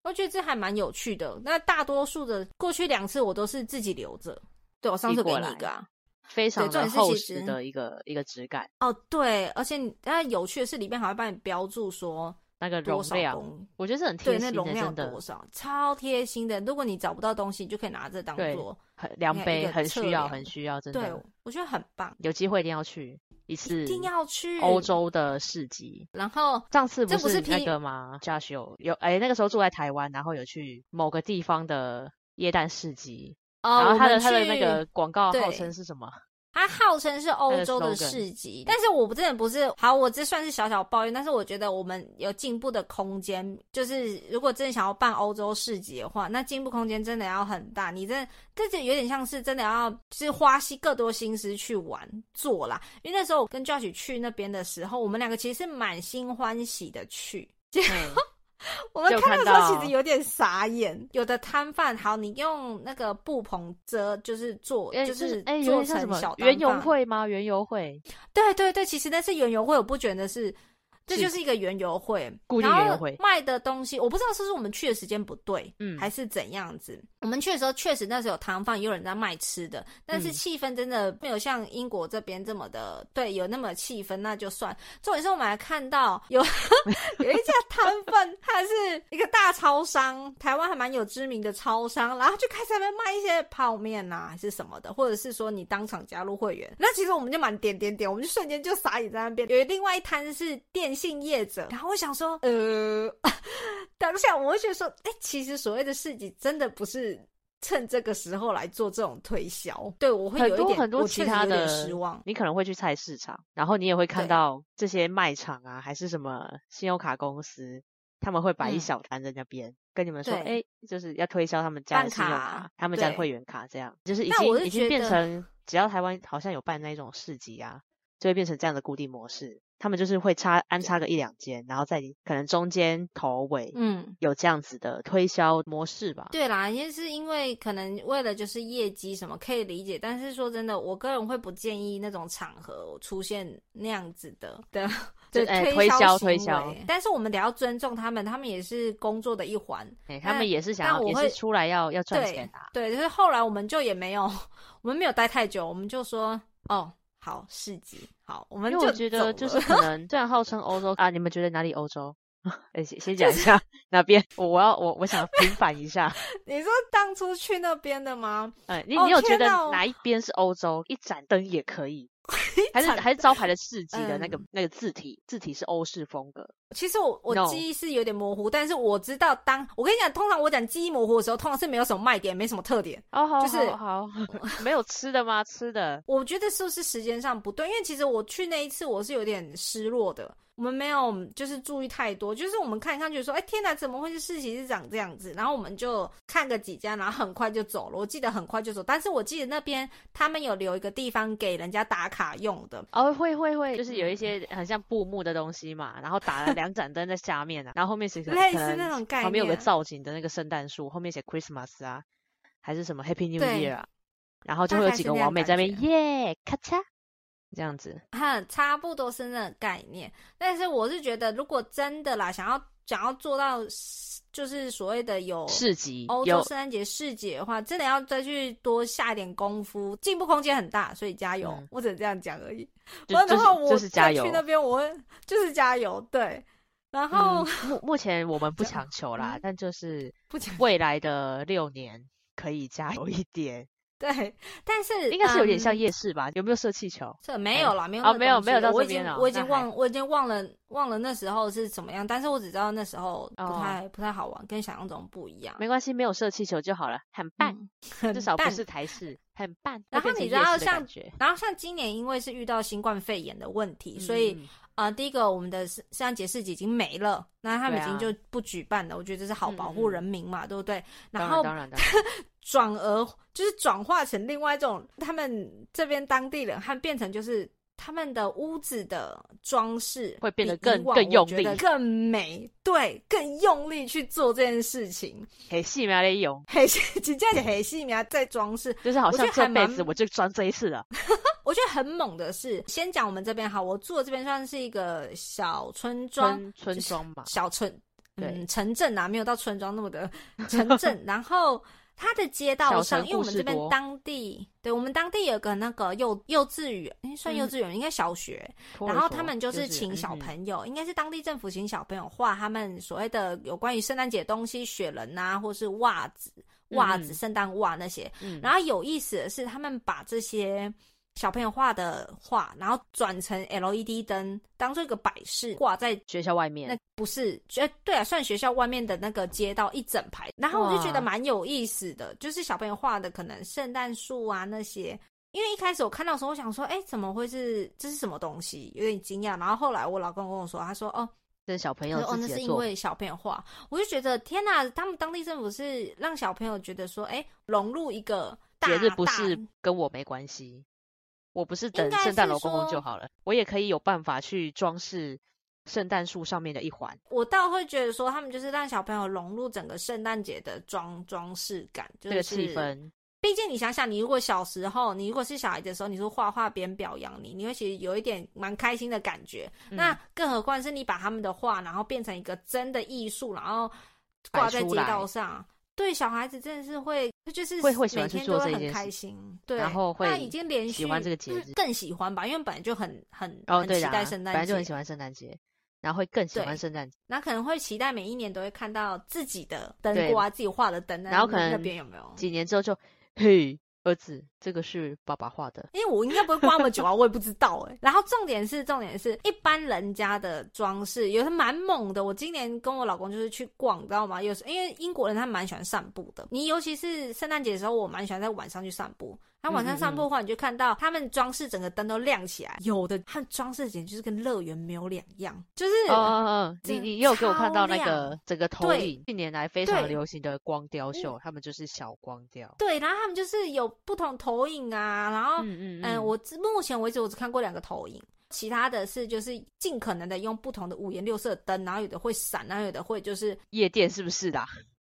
Speaker 3: 我觉得这还蛮有趣的。那大多数的过去两次我都是自己留着。对，我上次
Speaker 2: 寄
Speaker 3: 给
Speaker 2: 过
Speaker 3: 你
Speaker 2: 来
Speaker 3: 一个啊。
Speaker 2: 非常
Speaker 3: 重点
Speaker 2: 的
Speaker 3: 是
Speaker 2: 厚
Speaker 3: 其
Speaker 2: 实
Speaker 3: 实
Speaker 2: 的一个一个质感，
Speaker 3: 哦，对，而且你但有趣的是里面还会帮你标注说
Speaker 2: 那个容
Speaker 3: 多少
Speaker 2: 量，
Speaker 3: 公
Speaker 2: 我觉得是很贴
Speaker 3: 对，那
Speaker 2: 心的，
Speaker 3: 容量
Speaker 2: 真
Speaker 3: 多
Speaker 2: 的
Speaker 3: 少？超贴心的。如果你找不到东西，你就可以拿这当
Speaker 2: 对
Speaker 3: 做。
Speaker 2: 很量
Speaker 3: 你看一
Speaker 2: 杯，
Speaker 3: 个
Speaker 2: 很
Speaker 3: 测
Speaker 2: 需要，
Speaker 3: 量
Speaker 2: 很需要，真
Speaker 3: 对
Speaker 2: 的，
Speaker 3: 我觉得很棒，
Speaker 2: 有机会一定要去一次
Speaker 3: 一定要去
Speaker 2: 欧。洲的市集。
Speaker 3: 然后
Speaker 2: 上次
Speaker 3: 这不
Speaker 2: 是
Speaker 3: 是
Speaker 2: 那
Speaker 3: P-
Speaker 2: 个吗？Josh 有有哎、那个时候住在台湾，然后有去某个地方的椰蛋市集，
Speaker 3: 哦，
Speaker 2: 然后
Speaker 3: 我
Speaker 2: 他的
Speaker 3: 们
Speaker 2: 他的
Speaker 3: 去
Speaker 2: 那个广告号
Speaker 3: 对
Speaker 2: 称是什
Speaker 3: (laughs)
Speaker 2: 么？
Speaker 3: 它号称是欧洲
Speaker 2: 它的
Speaker 3: 的
Speaker 2: slogan
Speaker 3: 市集，但是我不真的不是好，我这算是小小抱怨，但是我觉得我们有进步的空间。就是如果真的想要办欧洲市集的话，那进步空间真的要很大。你真的这就有点像是真的要就是花西更多心思去玩做啦。因为那时候我跟 Josh 去那边的时候，我们两个其实是满心欢喜的去，
Speaker 2: 嗯
Speaker 3: 我们
Speaker 2: 就
Speaker 3: 看
Speaker 2: 看
Speaker 3: 的时候
Speaker 2: 到
Speaker 3: 其实有点傻眼，有的摊贩好，你用那个布棚遮，就是做，
Speaker 2: 哎、
Speaker 3: 就
Speaker 2: 就是
Speaker 3: 是
Speaker 2: 哎、有
Speaker 3: 做
Speaker 2: 点像什
Speaker 3: 成
Speaker 2: 么
Speaker 3: 小
Speaker 2: 园游
Speaker 3: 摊贩，
Speaker 2: 会吗？园游会
Speaker 3: 对对对，其实那是园游会，我不觉得是这就是一个园游会，
Speaker 2: 固定
Speaker 3: 然后
Speaker 2: 园游会
Speaker 3: 卖的东西，我不知道是不是我们去的时间不对，
Speaker 2: 嗯
Speaker 3: 还是怎样子。我们去的时候确实那时候有糖贩，也有人在卖吃的，但是
Speaker 2: 嗯
Speaker 3: 气氛真的没有像英国这边这么的，对，有那么气氛那就算。重点是我们还看到有 (laughs) 有一家摊贩，它是一个大超商，台湾还蛮有知名的超商，然后就开始在那边卖一些泡面呐、还是什么的，或者是说你当场加入会员。那其实我们就蛮点点点，我们就瞬间就傻眼在那边。有另外一摊是电信业者，然后我想说， (laughs) 呃，当下我会觉得说，哎、其实所谓的市集真的不是。趁这个时候来做这种推销，对我会有一
Speaker 2: 很
Speaker 3: 点
Speaker 2: 多很多
Speaker 3: 我
Speaker 2: 其
Speaker 3: 确实
Speaker 2: 他
Speaker 3: 有点
Speaker 2: 的
Speaker 3: 失望。
Speaker 2: 你可能会去菜市场，然后你也会看
Speaker 3: 对
Speaker 2: 到这些卖场啊，还是什么信用卡公司，他们会摆一
Speaker 3: 嗯
Speaker 2: 小摊在那边、跟你们说，
Speaker 3: 对
Speaker 2: 哎，就是要推销他们家
Speaker 3: 办
Speaker 2: 的信用卡、
Speaker 3: 卡
Speaker 2: 他们家的
Speaker 3: 对
Speaker 2: 会员卡，这样就是已
Speaker 3: 那我
Speaker 2: 经
Speaker 3: 是
Speaker 2: 已经变
Speaker 3: 觉得
Speaker 2: 成，只要台湾好像有办那一种市集啊，就会变成这样的固定模式。他们就是会插安插个一两间，然后在你可能中间头尾、
Speaker 3: 嗯，
Speaker 2: 有这样子的推销模式吧。
Speaker 3: 对啦，也是因为可能为了就是业绩什么可以理解，但是说真的，我个人会不建议那种场合出现那样子的的。
Speaker 2: 就
Speaker 3: 的
Speaker 2: 哎推
Speaker 3: 推
Speaker 2: 销
Speaker 3: 行
Speaker 2: 推销
Speaker 3: 为但是我们得要尊重他们，他们也是工作的一环。
Speaker 2: 哎，他
Speaker 3: 那
Speaker 2: 们也是想
Speaker 3: 但
Speaker 2: 要，
Speaker 3: 我
Speaker 2: 也
Speaker 3: 会
Speaker 2: 是出来要要赚钱
Speaker 3: 对
Speaker 2: 的、啊。
Speaker 3: 对，就是后来我们就也没有，我们没有待太久，我们就说哦，好市集，好，我们
Speaker 2: 因
Speaker 3: 就
Speaker 2: 为我觉得
Speaker 3: 走
Speaker 2: 就
Speaker 3: 了
Speaker 2: 是可能，虽然号称欧洲啊，你们觉得哪里欧洲？哎，先先讲一下哪边，我我要我我想平反一下。
Speaker 3: (laughs) 你说当初去那边的吗？
Speaker 2: 哎，你
Speaker 3: 哦
Speaker 2: 你有觉
Speaker 3: 天
Speaker 2: 得
Speaker 3: 哪我
Speaker 2: 哪一边是欧洲？一盏灯也可
Speaker 3: (laughs)
Speaker 2: 以，还是还是招牌的市集的那
Speaker 3: 嗯
Speaker 2: 个那个字体，字体是欧式风格。
Speaker 3: 其实我我
Speaker 2: No
Speaker 3: 记忆是有点模糊但是我知道当我跟你讲，通常我讲记忆模糊的时候，通常是没有什么卖点，没什么特点。
Speaker 2: 哦，好，
Speaker 3: 就是
Speaker 2: 好，好 (laughs) 没有吃的吗？吃
Speaker 3: (laughs)
Speaker 2: 的
Speaker 3: 我觉得是不是时间上不对？因为其实我去那一次，我是有点失落的。我们没有就是注意太多，就是我们看一看，觉得说，哎、天哪，怎么会是事情是长这样子？然后我们就看个几家，然后很快就走了。我记得很快就走，但是我记得那边他们有留一个地方给人家打卡用的，
Speaker 2: 哦，会会会，就是
Speaker 3: 嗯
Speaker 2: 有一些很像布幕的东西嘛，然后打了两盏灯在下面啊，然后后面是可能
Speaker 3: 类
Speaker 2: 可
Speaker 3: 似那
Speaker 2: 能
Speaker 3: 种概
Speaker 2: 旁边有个
Speaker 3: 念
Speaker 2: 造景的那个圣诞树，后面写 Christmas 啊，还是什么 Happy New
Speaker 3: 对
Speaker 2: Year 啊，然后就
Speaker 3: 大
Speaker 2: 会有
Speaker 3: 概
Speaker 2: 几
Speaker 3: 是
Speaker 2: 个
Speaker 3: 那
Speaker 2: 网
Speaker 3: 样
Speaker 2: 美
Speaker 3: 感
Speaker 2: 在那边
Speaker 3: 觉
Speaker 2: 耶咔嚓这样子，
Speaker 3: 哈，差不多是那个概念。但是我是觉得，如果真的啦，想要想要做到就是所谓的有
Speaker 2: 市集
Speaker 3: 欧洲
Speaker 2: 有
Speaker 3: 圣诞节市集的话，真的要再去多下一点功夫，进步空间很大，所以加油！
Speaker 2: 嗯
Speaker 3: 我只能这样讲而已。不
Speaker 2: 就
Speaker 3: 然
Speaker 2: 就
Speaker 3: 的
Speaker 2: 是
Speaker 3: 话，我
Speaker 2: 就是加
Speaker 3: 再
Speaker 2: 油
Speaker 3: 去。那边，我会就是加油，对。然后、
Speaker 2: 嗯，目目前我们不
Speaker 3: 哦这样
Speaker 2: 强求啦
Speaker 3: 嗯，
Speaker 2: 但就是
Speaker 3: 不讲 (laughs)
Speaker 2: 未来的六年可以加油一点，
Speaker 3: 对，但是
Speaker 2: 应该是有点像
Speaker 3: 嗯
Speaker 2: 夜市吧？有没有射气球？
Speaker 3: 这没有啦，没有
Speaker 2: 哦
Speaker 3: 那
Speaker 2: 没有
Speaker 3: 东西
Speaker 2: 没有到
Speaker 3: 我
Speaker 2: 这
Speaker 3: 已经
Speaker 2: 边哦
Speaker 3: 我已经
Speaker 2: 那还
Speaker 3: 忘我已经忘了忘了那时候是怎么样，但是我只知道那时候不
Speaker 2: 哦
Speaker 3: 太、不太好玩，跟想象中不一样。
Speaker 2: 没关系，没有射气球就好了，很棒。
Speaker 3: 嗯
Speaker 2: 至
Speaker 3: 很
Speaker 2: 少不
Speaker 3: 淡
Speaker 2: 是台式，很棒。
Speaker 3: 然
Speaker 2: 会
Speaker 3: 后
Speaker 2: 变
Speaker 3: 你
Speaker 2: 成
Speaker 3: 知
Speaker 2: 夜
Speaker 3: 道
Speaker 2: 市的感
Speaker 3: 像
Speaker 2: 觉
Speaker 3: 然后像今年因为是遇到新冠肺炎的问题，所以
Speaker 2: 嗯
Speaker 3: 啊、呃第一个我们的圣圣诞节市集已经没了，那他们
Speaker 2: 对
Speaker 3: 已经
Speaker 2: 啊
Speaker 3: 就不举办了。我觉得这是好
Speaker 2: 嗯
Speaker 3: 保
Speaker 2: 嗯
Speaker 3: 护
Speaker 2: 嗯
Speaker 3: 人民嘛，对不对？
Speaker 2: 当
Speaker 3: 然后
Speaker 2: 当然当 (laughs)
Speaker 3: (laughs)
Speaker 2: 然，
Speaker 3: 转而就是转化成另外一种，他们这边当地人，和变成就是。他们的屋子的装饰
Speaker 2: 会变得
Speaker 3: 比以
Speaker 2: 更
Speaker 3: 往
Speaker 2: 更
Speaker 3: 我
Speaker 2: 用
Speaker 3: 觉
Speaker 2: 力
Speaker 3: 得更美，对，更用力去做这件事情。
Speaker 2: 很细苗的用，
Speaker 3: (laughs) 黑戏，真正是黑戏名在装饰，
Speaker 2: 就是好
Speaker 3: 我觉
Speaker 2: 像
Speaker 3: 得
Speaker 2: 这
Speaker 3: 还
Speaker 2: 辈
Speaker 3: 蛮
Speaker 2: 子我就装这一次了。
Speaker 3: 我觉得很猛的是，先讲我们这边好，我住的这边算是一个小村庄，
Speaker 2: 村村
Speaker 3: 就是
Speaker 2: 庄嘛，
Speaker 3: 小村，
Speaker 2: 对
Speaker 3: 嗯，城镇啊，没有到村庄那么的城
Speaker 2: (laughs)
Speaker 3: 镇。然后它的街道
Speaker 2: 小
Speaker 3: 上，
Speaker 2: 城
Speaker 3: 因为我
Speaker 2: 故
Speaker 3: 们
Speaker 2: 事
Speaker 3: 这边
Speaker 2: 多
Speaker 3: 当地，对我们当地有个那个幼幼稚园，诶
Speaker 2: 嗯
Speaker 3: 算幼稚园，应该小学，
Speaker 2: 托
Speaker 3: 然
Speaker 2: 儿
Speaker 3: 后
Speaker 2: 所
Speaker 3: 他们就是是请小
Speaker 2: 友，
Speaker 3: 朋友，应该是当地政府请小朋友画他们所谓的有关于圣诞节的东西，雪人啊，或是袜子、袜
Speaker 2: 嗯
Speaker 3: 子、
Speaker 2: 嗯
Speaker 3: 圣诞袜那些。
Speaker 2: 嗯
Speaker 3: 然后有意思的是，他们把这些小朋友画的画，然后转成 LED 灯，当做一个摆饰挂在。
Speaker 2: 学校外
Speaker 3: 那
Speaker 2: 面，
Speaker 3: 不是，哎，对啊，算学校外面的那个街道一整排，然后我就觉得
Speaker 2: 哇
Speaker 3: 蛮有意思的，就是小朋友画的可能圣诞树啊那些，因为一开始我看到的时候，我想说，哎，怎么会是这是什么东西？有点惊讶。然后后来我老公跟我说，他说，哦，
Speaker 2: 这是小朋
Speaker 3: 他
Speaker 2: 友
Speaker 3: 说哦，
Speaker 2: 自
Speaker 3: 那
Speaker 2: 己
Speaker 3: 是
Speaker 2: 的
Speaker 3: 因
Speaker 2: 做法。
Speaker 3: 为小朋友画，我就觉得天哪，他们当地政府是让小朋友觉得说，哎，融入一个大
Speaker 2: 节日不
Speaker 3: 大
Speaker 2: 是跟我没关系，我不是等
Speaker 3: 该
Speaker 2: 圣诞
Speaker 3: 是
Speaker 2: 老公公就
Speaker 3: 说
Speaker 2: 好了，我也可以有办法去装饰圣诞树上面的一环。
Speaker 3: 我倒会觉得说，他们就是让小朋友融入整个圣诞节的装装饰感，就
Speaker 2: 这
Speaker 3: 是
Speaker 2: 个气氛，
Speaker 3: 毕竟你想想，你如果小时候，你如果是小孩子的时候，你说画画别人表扬你，你会其实有一点蛮开心的感觉。
Speaker 2: 嗯
Speaker 3: 那更何况是你把他们的画，然后变成一个真的艺术，然后挂在
Speaker 2: 摆出
Speaker 3: 街
Speaker 2: 来
Speaker 3: 道上。对小孩子真的是会，就是
Speaker 2: 会会喜欢
Speaker 3: 每
Speaker 2: 去
Speaker 3: 天
Speaker 2: 做
Speaker 3: 都会
Speaker 2: 这
Speaker 3: 很
Speaker 2: 件
Speaker 3: 开
Speaker 2: 事
Speaker 3: 心，对，
Speaker 2: 然后会
Speaker 3: 那已经连续嗯
Speaker 2: 喜欢这个节日
Speaker 3: 更喜欢吧，因为本来就很很
Speaker 2: 哦，
Speaker 3: 很
Speaker 2: 对
Speaker 3: 期
Speaker 2: 的啊，
Speaker 3: 待圣
Speaker 2: 本
Speaker 3: 诞
Speaker 2: 来就
Speaker 3: 节
Speaker 2: 很，喜欢圣诞节，然后会更喜
Speaker 3: 对
Speaker 2: 欢圣诞节，
Speaker 3: 那可能会期待每一年都会看到自己的灯
Speaker 2: 对
Speaker 3: 光啊，自己画的灯啊，
Speaker 2: 然后可
Speaker 3: 那那
Speaker 2: 能
Speaker 3: 边有没有？
Speaker 2: 几年之后就，嘿，儿子，这个是爸爸画的，
Speaker 3: 因为我应该不会挂那么久啊， (laughs) 我也不知道哎、然后重点是，重点是一般人家的装饰有的蛮猛的。我今年跟我老公就是去逛，你知道吗？有时因为英国人他蛮喜欢散步的，你尤其是圣诞节的时候，我蛮喜欢在晚上去散步。他晚上散步的话，你就看到他们装饰整个灯都亮起来，有的他们装饰简直就是跟乐园没有两样，就是 (laughs)
Speaker 2: 哦哦哦，
Speaker 3: 真
Speaker 2: 你
Speaker 3: 的
Speaker 2: 你有给我看
Speaker 3: 超
Speaker 2: 到那
Speaker 3: 亮
Speaker 2: 个整个投
Speaker 3: 对
Speaker 2: 影，近年来非常
Speaker 3: 对嗯
Speaker 2: 流行的光雕秀，他们就是小光雕。
Speaker 3: 对，然后他们就是有不同投影啊，然后
Speaker 2: 嗯
Speaker 3: 嗯，我至目前为止我只看过两个投影，其他的是就是尽可能的用不同的五颜六色的灯，然后有的会闪，然后有的会就是， (laughs)
Speaker 2: 夜店是不是的啊？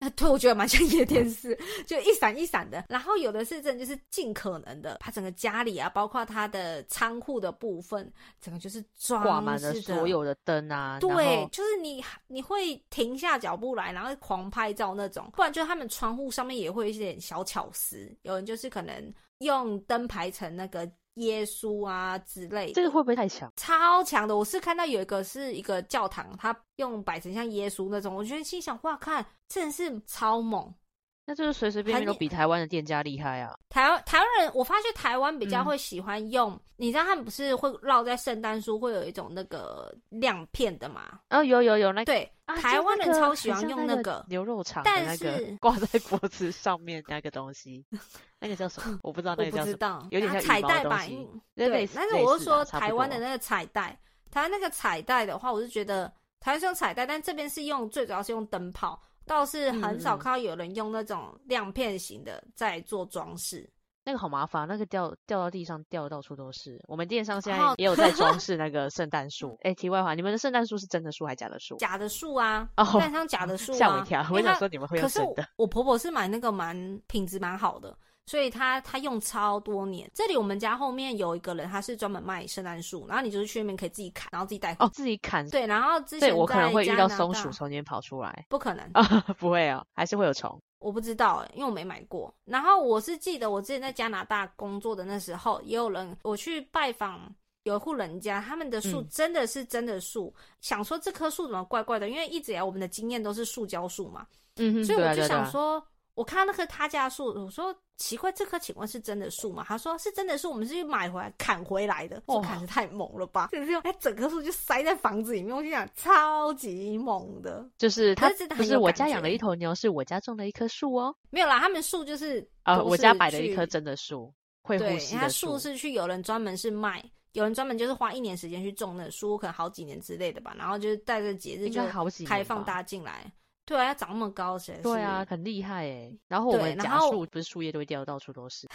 Speaker 3: 呃、对我觉得蛮像
Speaker 2: 嗯
Speaker 3: 夜店式， (laughs) 就一闪一闪的。然后有的是真的就是尽可能的，把整个家里啊，包括它的仓库的部分，整个哦就是装
Speaker 2: 挂满了
Speaker 3: 饰
Speaker 2: 所
Speaker 3: 得
Speaker 2: 有的灯啊，然
Speaker 3: 对
Speaker 2: 后，
Speaker 3: 就是你你会停下脚步来，然后狂拍照那种，不然就是他们窗户上面也会有一点小巧思，有人就是可能用灯排成那个耶稣啊之类的，
Speaker 2: 这个会不会太强？
Speaker 3: 超强的。我是看到有一个是一个教堂，它用摆成像耶稣那种，我觉得心想哇，看真的是超猛。
Speaker 2: 那就是随随便便
Speaker 3: 很
Speaker 2: 都比台湾的店家厉害啊！
Speaker 3: 台湾台湾人，我发现台湾比较
Speaker 2: 嗯
Speaker 3: 会喜欢用，你知道他们不是会绕在圣诞树会有一种那个亮片的嘛？
Speaker 2: 哦，有有有那个
Speaker 3: 对，
Speaker 2: 啊
Speaker 3: 台
Speaker 2: 就
Speaker 3: 湾
Speaker 2: 那
Speaker 3: 人
Speaker 2: 个
Speaker 3: 超喜
Speaker 2: 很
Speaker 3: 欢
Speaker 2: 像
Speaker 3: 用
Speaker 2: 那
Speaker 3: 那个
Speaker 2: 牛肉肠的
Speaker 3: 但
Speaker 2: 那
Speaker 3: 是
Speaker 2: 个挂在脖子上面那个东
Speaker 3: (laughs)
Speaker 2: 西，那个叫什么？我不知道
Speaker 3: 我
Speaker 2: 那个
Speaker 3: 不
Speaker 2: 叫
Speaker 3: 知
Speaker 2: 什么，
Speaker 3: 道，
Speaker 2: 有点
Speaker 3: 啊
Speaker 2: 像羽
Speaker 3: 彩
Speaker 2: 毛
Speaker 3: 带
Speaker 2: 的东
Speaker 3: 吧？
Speaker 2: 西
Speaker 3: 嗯
Speaker 2: 类
Speaker 3: 对
Speaker 2: 类，似
Speaker 3: 但是
Speaker 2: 类
Speaker 3: 我是
Speaker 2: 似
Speaker 3: 说
Speaker 2: 啊差不
Speaker 3: 台湾的
Speaker 2: 多
Speaker 3: 那个彩带，台湾那个彩带的话，我是觉得台湾是用彩带，但这边是用最主要是用灯泡，倒是很少
Speaker 2: 嗯嗯
Speaker 3: 看到有人用那种亮片型的在做装饰。
Speaker 2: 那个好麻烦，那个掉掉到地上掉得到处都是。我们店上现
Speaker 3: 然
Speaker 2: 在
Speaker 3: 后
Speaker 2: 也有在
Speaker 3: (laughs)
Speaker 2: 装饰那个圣诞树。哎，题外话，你们的圣诞树是真的树还假的树？
Speaker 3: 假的树啊，
Speaker 2: 哦
Speaker 3: 带上
Speaker 2: (laughs)
Speaker 3: 假的树啊，
Speaker 2: 吓我一跳，
Speaker 3: 因
Speaker 2: 我
Speaker 3: 为
Speaker 2: 想
Speaker 3: 它
Speaker 2: 说你们会
Speaker 3: 可
Speaker 2: 用
Speaker 3: 是
Speaker 2: 真
Speaker 3: 我 (laughs)
Speaker 2: 的。
Speaker 3: 我婆婆是买那个蛮品质蛮好的，所以她她用超多年。这里我们家后面有一个人，他是专门卖圣诞树，然后你就是去那边可以自己砍，然后自己带回
Speaker 2: 哦，
Speaker 3: 家。
Speaker 2: 自己砍。
Speaker 3: 对，然后之前
Speaker 2: 对我可能
Speaker 3: 在
Speaker 2: 会遇
Speaker 3: 加
Speaker 2: 到
Speaker 3: 拿
Speaker 2: 松
Speaker 3: 大
Speaker 2: 鼠从里面跑出来 (laughs)
Speaker 3: 不可能，
Speaker 2: 啊，不会啊，还是会有虫。
Speaker 3: 我不知道、欸，因为我没买过。然后我是记得我之前在加拿大工作的那时候，也有人我去拜访。有一户人家，他们的树
Speaker 2: 嗯
Speaker 3: 真的是真的树，想说这棵树怎么怪怪的，因为一直以来我们的经验都是塑胶树嘛，
Speaker 2: 嗯哼
Speaker 3: 所以
Speaker 2: 对啊
Speaker 3: 我就
Speaker 2: 对啊对
Speaker 3: 想
Speaker 2: 啊
Speaker 3: 说，我看到那棵他家的树，我说奇怪，这棵请问是真的树吗？他说是真的树，我们是去买回来砍回来的。我
Speaker 2: 哇
Speaker 3: 说砍的太猛了吧！就是哎，整棵树就塞在房子里面，我就想超级猛的。
Speaker 2: 就是
Speaker 3: 可
Speaker 2: 它
Speaker 3: 是真的
Speaker 2: 不
Speaker 3: 很
Speaker 2: 是
Speaker 3: 有
Speaker 2: 我
Speaker 3: 感
Speaker 2: 家养
Speaker 3: 觉
Speaker 2: 了一头牛，是我家种了一棵树哦。
Speaker 3: 没有啦，他们树就是
Speaker 2: 啊，
Speaker 3: 都
Speaker 2: 我
Speaker 3: 是
Speaker 2: 家摆了一棵
Speaker 3: 去
Speaker 2: 真的树，会呼
Speaker 3: 对，
Speaker 2: 吸
Speaker 3: 它
Speaker 2: 的
Speaker 3: 树是去有人专门是卖，有人专门就是花一年时间去种那个树，可能好几年之类的吧。然后就是带着节日
Speaker 2: 应
Speaker 3: 就
Speaker 2: 该好几
Speaker 3: 开
Speaker 2: 年
Speaker 3: 放
Speaker 2: 吧
Speaker 3: 大家进来。对啊，要长那么高，谁是
Speaker 2: 对啊，很厉害诶。然后我
Speaker 3: 对
Speaker 2: 们
Speaker 3: 然
Speaker 2: 假
Speaker 3: 后
Speaker 2: 树不是树叶都会掉到处都
Speaker 3: (laughs)
Speaker 2: 是，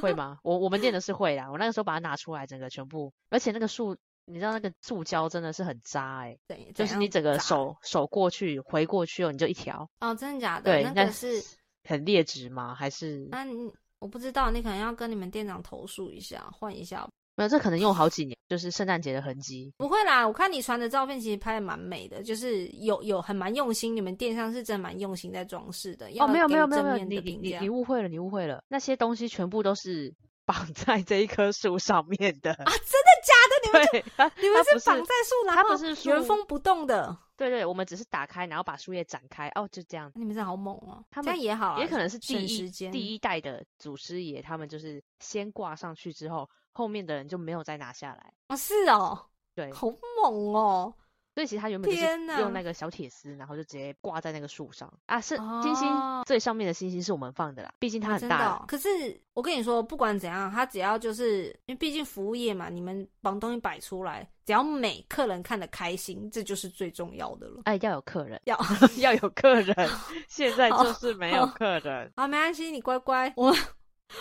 Speaker 2: 会吗？我我们店的是会啦，我那个时候把它拿出来，整个全部，而且那个树，你知道那个塑胶真的是很渣诶，
Speaker 3: 怎
Speaker 2: 就
Speaker 3: 怎
Speaker 2: 是
Speaker 3: 样
Speaker 2: 你整个
Speaker 3: 砸
Speaker 2: 手手过去回过去哦，你就一条，
Speaker 3: 哦，真的假的？
Speaker 2: 对，
Speaker 3: 那
Speaker 2: 那
Speaker 3: 个是啊
Speaker 2: 很劣质吗？还是
Speaker 3: 那你我不知道，你可能要跟你们店长投诉一下，换一下。
Speaker 2: 没有？这可能用好几年，就是圣诞节的痕迹。
Speaker 3: 不会啦，我看你传的照片其实拍的蛮美的，就是有有很蛮用心，你们店上是真的蛮用心在装饰的。要
Speaker 2: 哦，没有
Speaker 3: 给
Speaker 2: 没有
Speaker 3: 你
Speaker 2: 没有
Speaker 3: 正
Speaker 2: 没有，
Speaker 3: 面
Speaker 2: 你
Speaker 3: 的
Speaker 2: 你
Speaker 3: 评
Speaker 2: 你
Speaker 3: 价
Speaker 2: 你误会了，你误会了，那些东西全部都是 (laughs) 绑在这一棵树上面的。
Speaker 3: 啊，真的假的？你们
Speaker 2: 对，它
Speaker 3: 你们
Speaker 2: 它不
Speaker 3: 是绑在树，然
Speaker 2: 它不
Speaker 3: 后
Speaker 2: 是
Speaker 3: 原
Speaker 2: 树
Speaker 3: 封不动的，
Speaker 2: 对对，我们只是打开，然后把树叶展开，哦，就这样。
Speaker 3: 你们这好猛哦、
Speaker 2: 他
Speaker 3: 这
Speaker 2: 们
Speaker 3: 样也好啊，
Speaker 2: 也可能是第
Speaker 3: 省
Speaker 2: 一
Speaker 3: 时间
Speaker 2: 第一代的祖师爷，他们就是先挂上去之后，后面的人就没有再拿下来。
Speaker 3: 哦，是哦，
Speaker 2: 对，
Speaker 3: 好猛哦、
Speaker 2: 所以其实他原本就是
Speaker 3: 天呐
Speaker 2: 用那个小铁丝，然后就直接挂在那个树上啊。是金星
Speaker 3: 哦
Speaker 2: 最上面的星星是我们放的啦，毕竟它
Speaker 3: 啊
Speaker 2: 很
Speaker 3: 真的
Speaker 2: 大
Speaker 3: 哦、
Speaker 2: 啦。
Speaker 3: 可是我跟你说，不管怎样，他只要就是因为毕竟服务业嘛，你们把东西摆出来，只要每客人看得开心，这就是最重要的了。
Speaker 2: 哎，要有客人，
Speaker 3: 要
Speaker 2: (laughs)
Speaker 3: 哦
Speaker 2: 要有客
Speaker 3: (laughs)
Speaker 2: 人，现在
Speaker 3: 好
Speaker 2: 就是没有
Speaker 3: 好
Speaker 2: 客人。
Speaker 3: 好，没关系，你乖乖，我们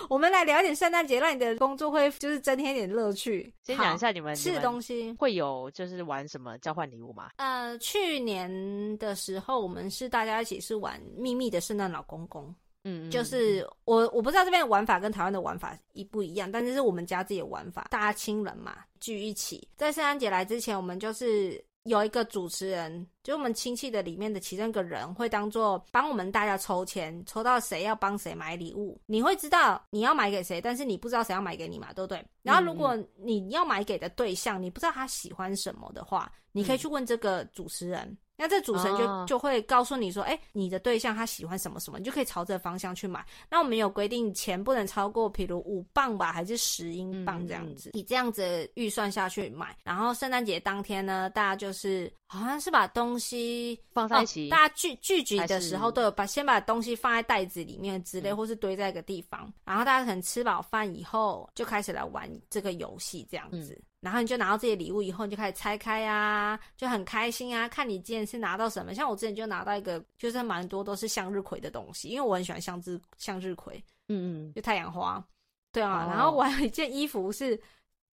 Speaker 3: 我们来聊一点圣诞节，让你的工作会就是增添一点乐趣。
Speaker 2: 先讲
Speaker 3: 好
Speaker 2: 一下你们
Speaker 3: 吃的东
Speaker 2: 西
Speaker 3: 西。
Speaker 2: 会有就是玩什么交换礼物吗？
Speaker 3: 呃，去年的时候，我们是大家一起是玩《秘密的圣诞老公公》，
Speaker 2: 嗯，嗯
Speaker 3: 就是我我不知道这边的玩法跟台湾的玩法一不一样，但是是我们家自己的玩法，大家亲人嘛聚一起。在圣诞节来之前，我们就是有一个主持人，就我们亲戚的里面的其中一个人会当做帮我们大家抽签，抽到谁要帮谁买礼物，你会知道你要买给谁，但是你不知道谁要买给你嘛，对不对？
Speaker 2: 嗯
Speaker 3: 然后如果你要买给的对象你不知道他喜欢什么的话，你
Speaker 2: 嗯
Speaker 3: 可以去问这个主持人。那这主持人就、
Speaker 2: 哦
Speaker 3: 就会告诉你说，哎、你的对象他喜欢什么什么，你就可以朝这个方向去买。那我们有规定钱不能超过，比如五磅吧，还是十英镑这样子，以这样子的预算下去买。然后圣诞节当天呢，大家就是好像是把东西
Speaker 2: 放在一起
Speaker 3: 哦大家聚聚集的时
Speaker 2: 还
Speaker 3: 候
Speaker 2: 是
Speaker 3: 都有把先把东西放在袋子里面之类，
Speaker 2: 嗯
Speaker 3: 或是堆在一个地方。然后大家可能吃饱饭以后就开始来玩这个游戏这样子。
Speaker 2: 嗯
Speaker 3: 然后你就拿到自己的礼物以后，你就开始拆开啊，就很开心啊。看你今天是拿到什么，像我之前就拿到一个，就是蛮多都是向日葵的东西，因为我很喜欢向日向日葵，
Speaker 2: 嗯嗯，
Speaker 3: 就太阳花。对啊，
Speaker 2: 哦
Speaker 3: 然后我还有一件衣服是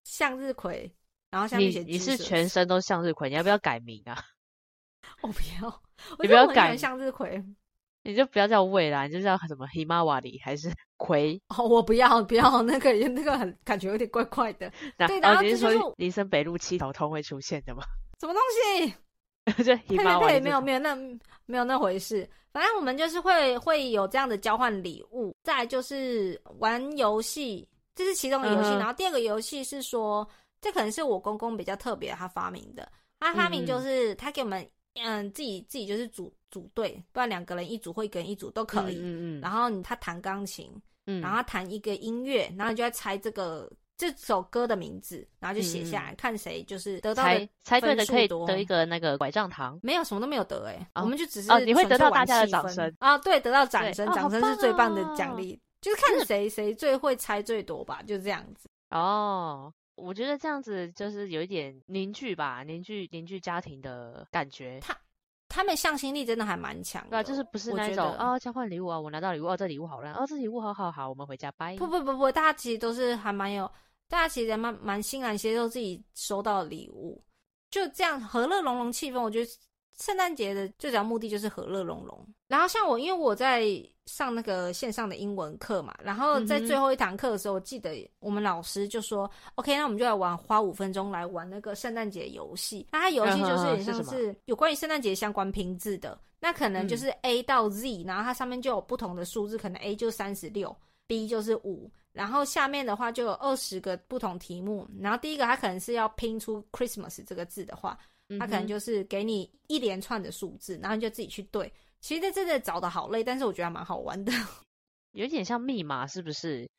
Speaker 3: 向日葵，然后下面
Speaker 2: 你
Speaker 3: 写
Speaker 2: 你是
Speaker 3: Jesus
Speaker 2: 全身都向日葵，你要不要改名啊？ (laughs)
Speaker 3: 我哦不要，我
Speaker 2: 你不
Speaker 3: 觉得
Speaker 2: 要
Speaker 3: 我很喜
Speaker 2: 改
Speaker 3: 欢向日葵。
Speaker 2: 你就不要叫蔚啦，你就叫什么黑玛瓦里还是葵？ (laughs)
Speaker 3: 哦，我不要不要那个那个很感觉有点怪怪的，
Speaker 2: 那
Speaker 3: 对
Speaker 2: 然
Speaker 3: 然后
Speaker 2: 你
Speaker 3: 这
Speaker 2: 是
Speaker 3: 就是
Speaker 2: 说
Speaker 3: 我
Speaker 2: 林森北路七条通会出现的吗？ (laughs)
Speaker 3: 什么东西？
Speaker 2: 就黑
Speaker 3: 呸
Speaker 2: 玛
Speaker 3: 呸
Speaker 2: 瓦
Speaker 3: 呸，
Speaker 2: 里
Speaker 3: 没有没有那没有那回事。反正我们就是会会有这样的交换礼物，再来就是玩游戏，这是其中的游戏。
Speaker 2: 嗯哼
Speaker 3: 然后第二个游戏是说，这可能是我公公比较特别，他发明的。他发明就是他给我们，嗯，自己自己就是组组队，不然两个人一组或一个人一组都可以。
Speaker 2: 嗯嗯嗯，
Speaker 3: 然
Speaker 2: 后
Speaker 3: 后你他弹钢琴，
Speaker 2: 嗯，
Speaker 3: 然后弹一个音乐，然后你就要猜这个这首歌的名字，然后就写下来，看谁就是得到的
Speaker 2: 嗯猜猜对的
Speaker 3: 分数
Speaker 2: 可以
Speaker 3: 多
Speaker 2: 得一个那个拐杖糖。
Speaker 3: 没有什么都没有得哎、
Speaker 2: 哦
Speaker 3: 我们就只是
Speaker 2: 哦你会
Speaker 3: 纯粹
Speaker 2: 得到大
Speaker 3: 玩
Speaker 2: 家的
Speaker 3: 气
Speaker 2: 掌
Speaker 3: 氛
Speaker 2: 声
Speaker 3: 啊，对，得到掌
Speaker 2: 对
Speaker 3: 声，
Speaker 2: 哦
Speaker 3: 掌
Speaker 2: 好
Speaker 3: 声
Speaker 2: 棒
Speaker 3: 是最棒的
Speaker 2: 哦
Speaker 3: 奖励，就是看谁谁最会猜最多吧，就这样子。
Speaker 2: 哦，我觉得这样子就是有一点凝聚吧，凝聚凝聚家庭的感觉。
Speaker 3: 他们向心力真的还蛮强的，
Speaker 2: 对啊，就是不是
Speaker 3: 我
Speaker 2: 那一
Speaker 3: 觉
Speaker 2: 种
Speaker 3: 得
Speaker 2: 哦，交换礼物啊，我拿到礼物哦，这礼物好烂哦，这礼物好好好，我们回家拜。
Speaker 3: 不不不不，大家其实都是还蛮有，大家其实还蛮蛮欣然接受自己收到的礼物，就这样和乐融融气氛。我觉得圣诞节的最主要目的就是和乐融融。然后像我，因为我在上那个线上的英文课嘛，然后在
Speaker 2: 嗯哼
Speaker 3: 最后一堂课的时候，我记得我们老师就说：“OK，那我们就来玩，花五分钟来玩那个圣诞节游戏。”那它游戏就是有
Speaker 2: 嗯
Speaker 3: 点
Speaker 2: 哼
Speaker 3: 像
Speaker 2: 是
Speaker 3: 是有关于圣诞节相关拼字的。那可能就是 A 到 Z，、然后它上面就有不同的数字，可能 A 就三十六，B 就是五，然后下面的话就有二十个不同题目，然后第一个它可能是要拼出 Christmas 这个字的话，
Speaker 2: 嗯
Speaker 3: 它可能就是给你一连串的数字，然后你就自己去对。其实这真的找的好累，但是我觉得还蛮好玩的。
Speaker 2: 有点像密码，是不是？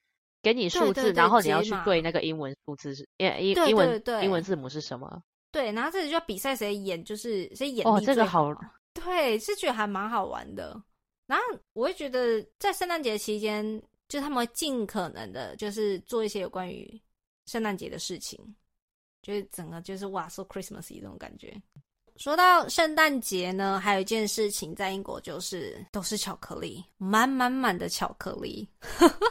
Speaker 2: 给你
Speaker 3: 对
Speaker 2: 数
Speaker 3: 对
Speaker 2: 字，
Speaker 3: 对
Speaker 2: 然后你
Speaker 3: 解
Speaker 2: 要去
Speaker 3: 码
Speaker 2: 对那个英文数字是，英英
Speaker 3: 对
Speaker 2: 英文
Speaker 3: 对对
Speaker 2: 英文字母是什么？ (laughs)
Speaker 3: 对，然后这里就要比赛谁演，就是谁演
Speaker 2: 哦
Speaker 3: 力
Speaker 2: 这
Speaker 3: 最
Speaker 2: 个
Speaker 3: 好
Speaker 2: 好
Speaker 3: 啊。对，是觉得还蛮好玩的。然后我会觉得在圣诞节期间，就是他们会尽可能的，就是做一些有关于圣诞节的事情，就是整个就是哇，so Christmasy 这种感觉。说到圣诞节呢，还有一件事情在英国就是都是巧克力，满满满的巧克力。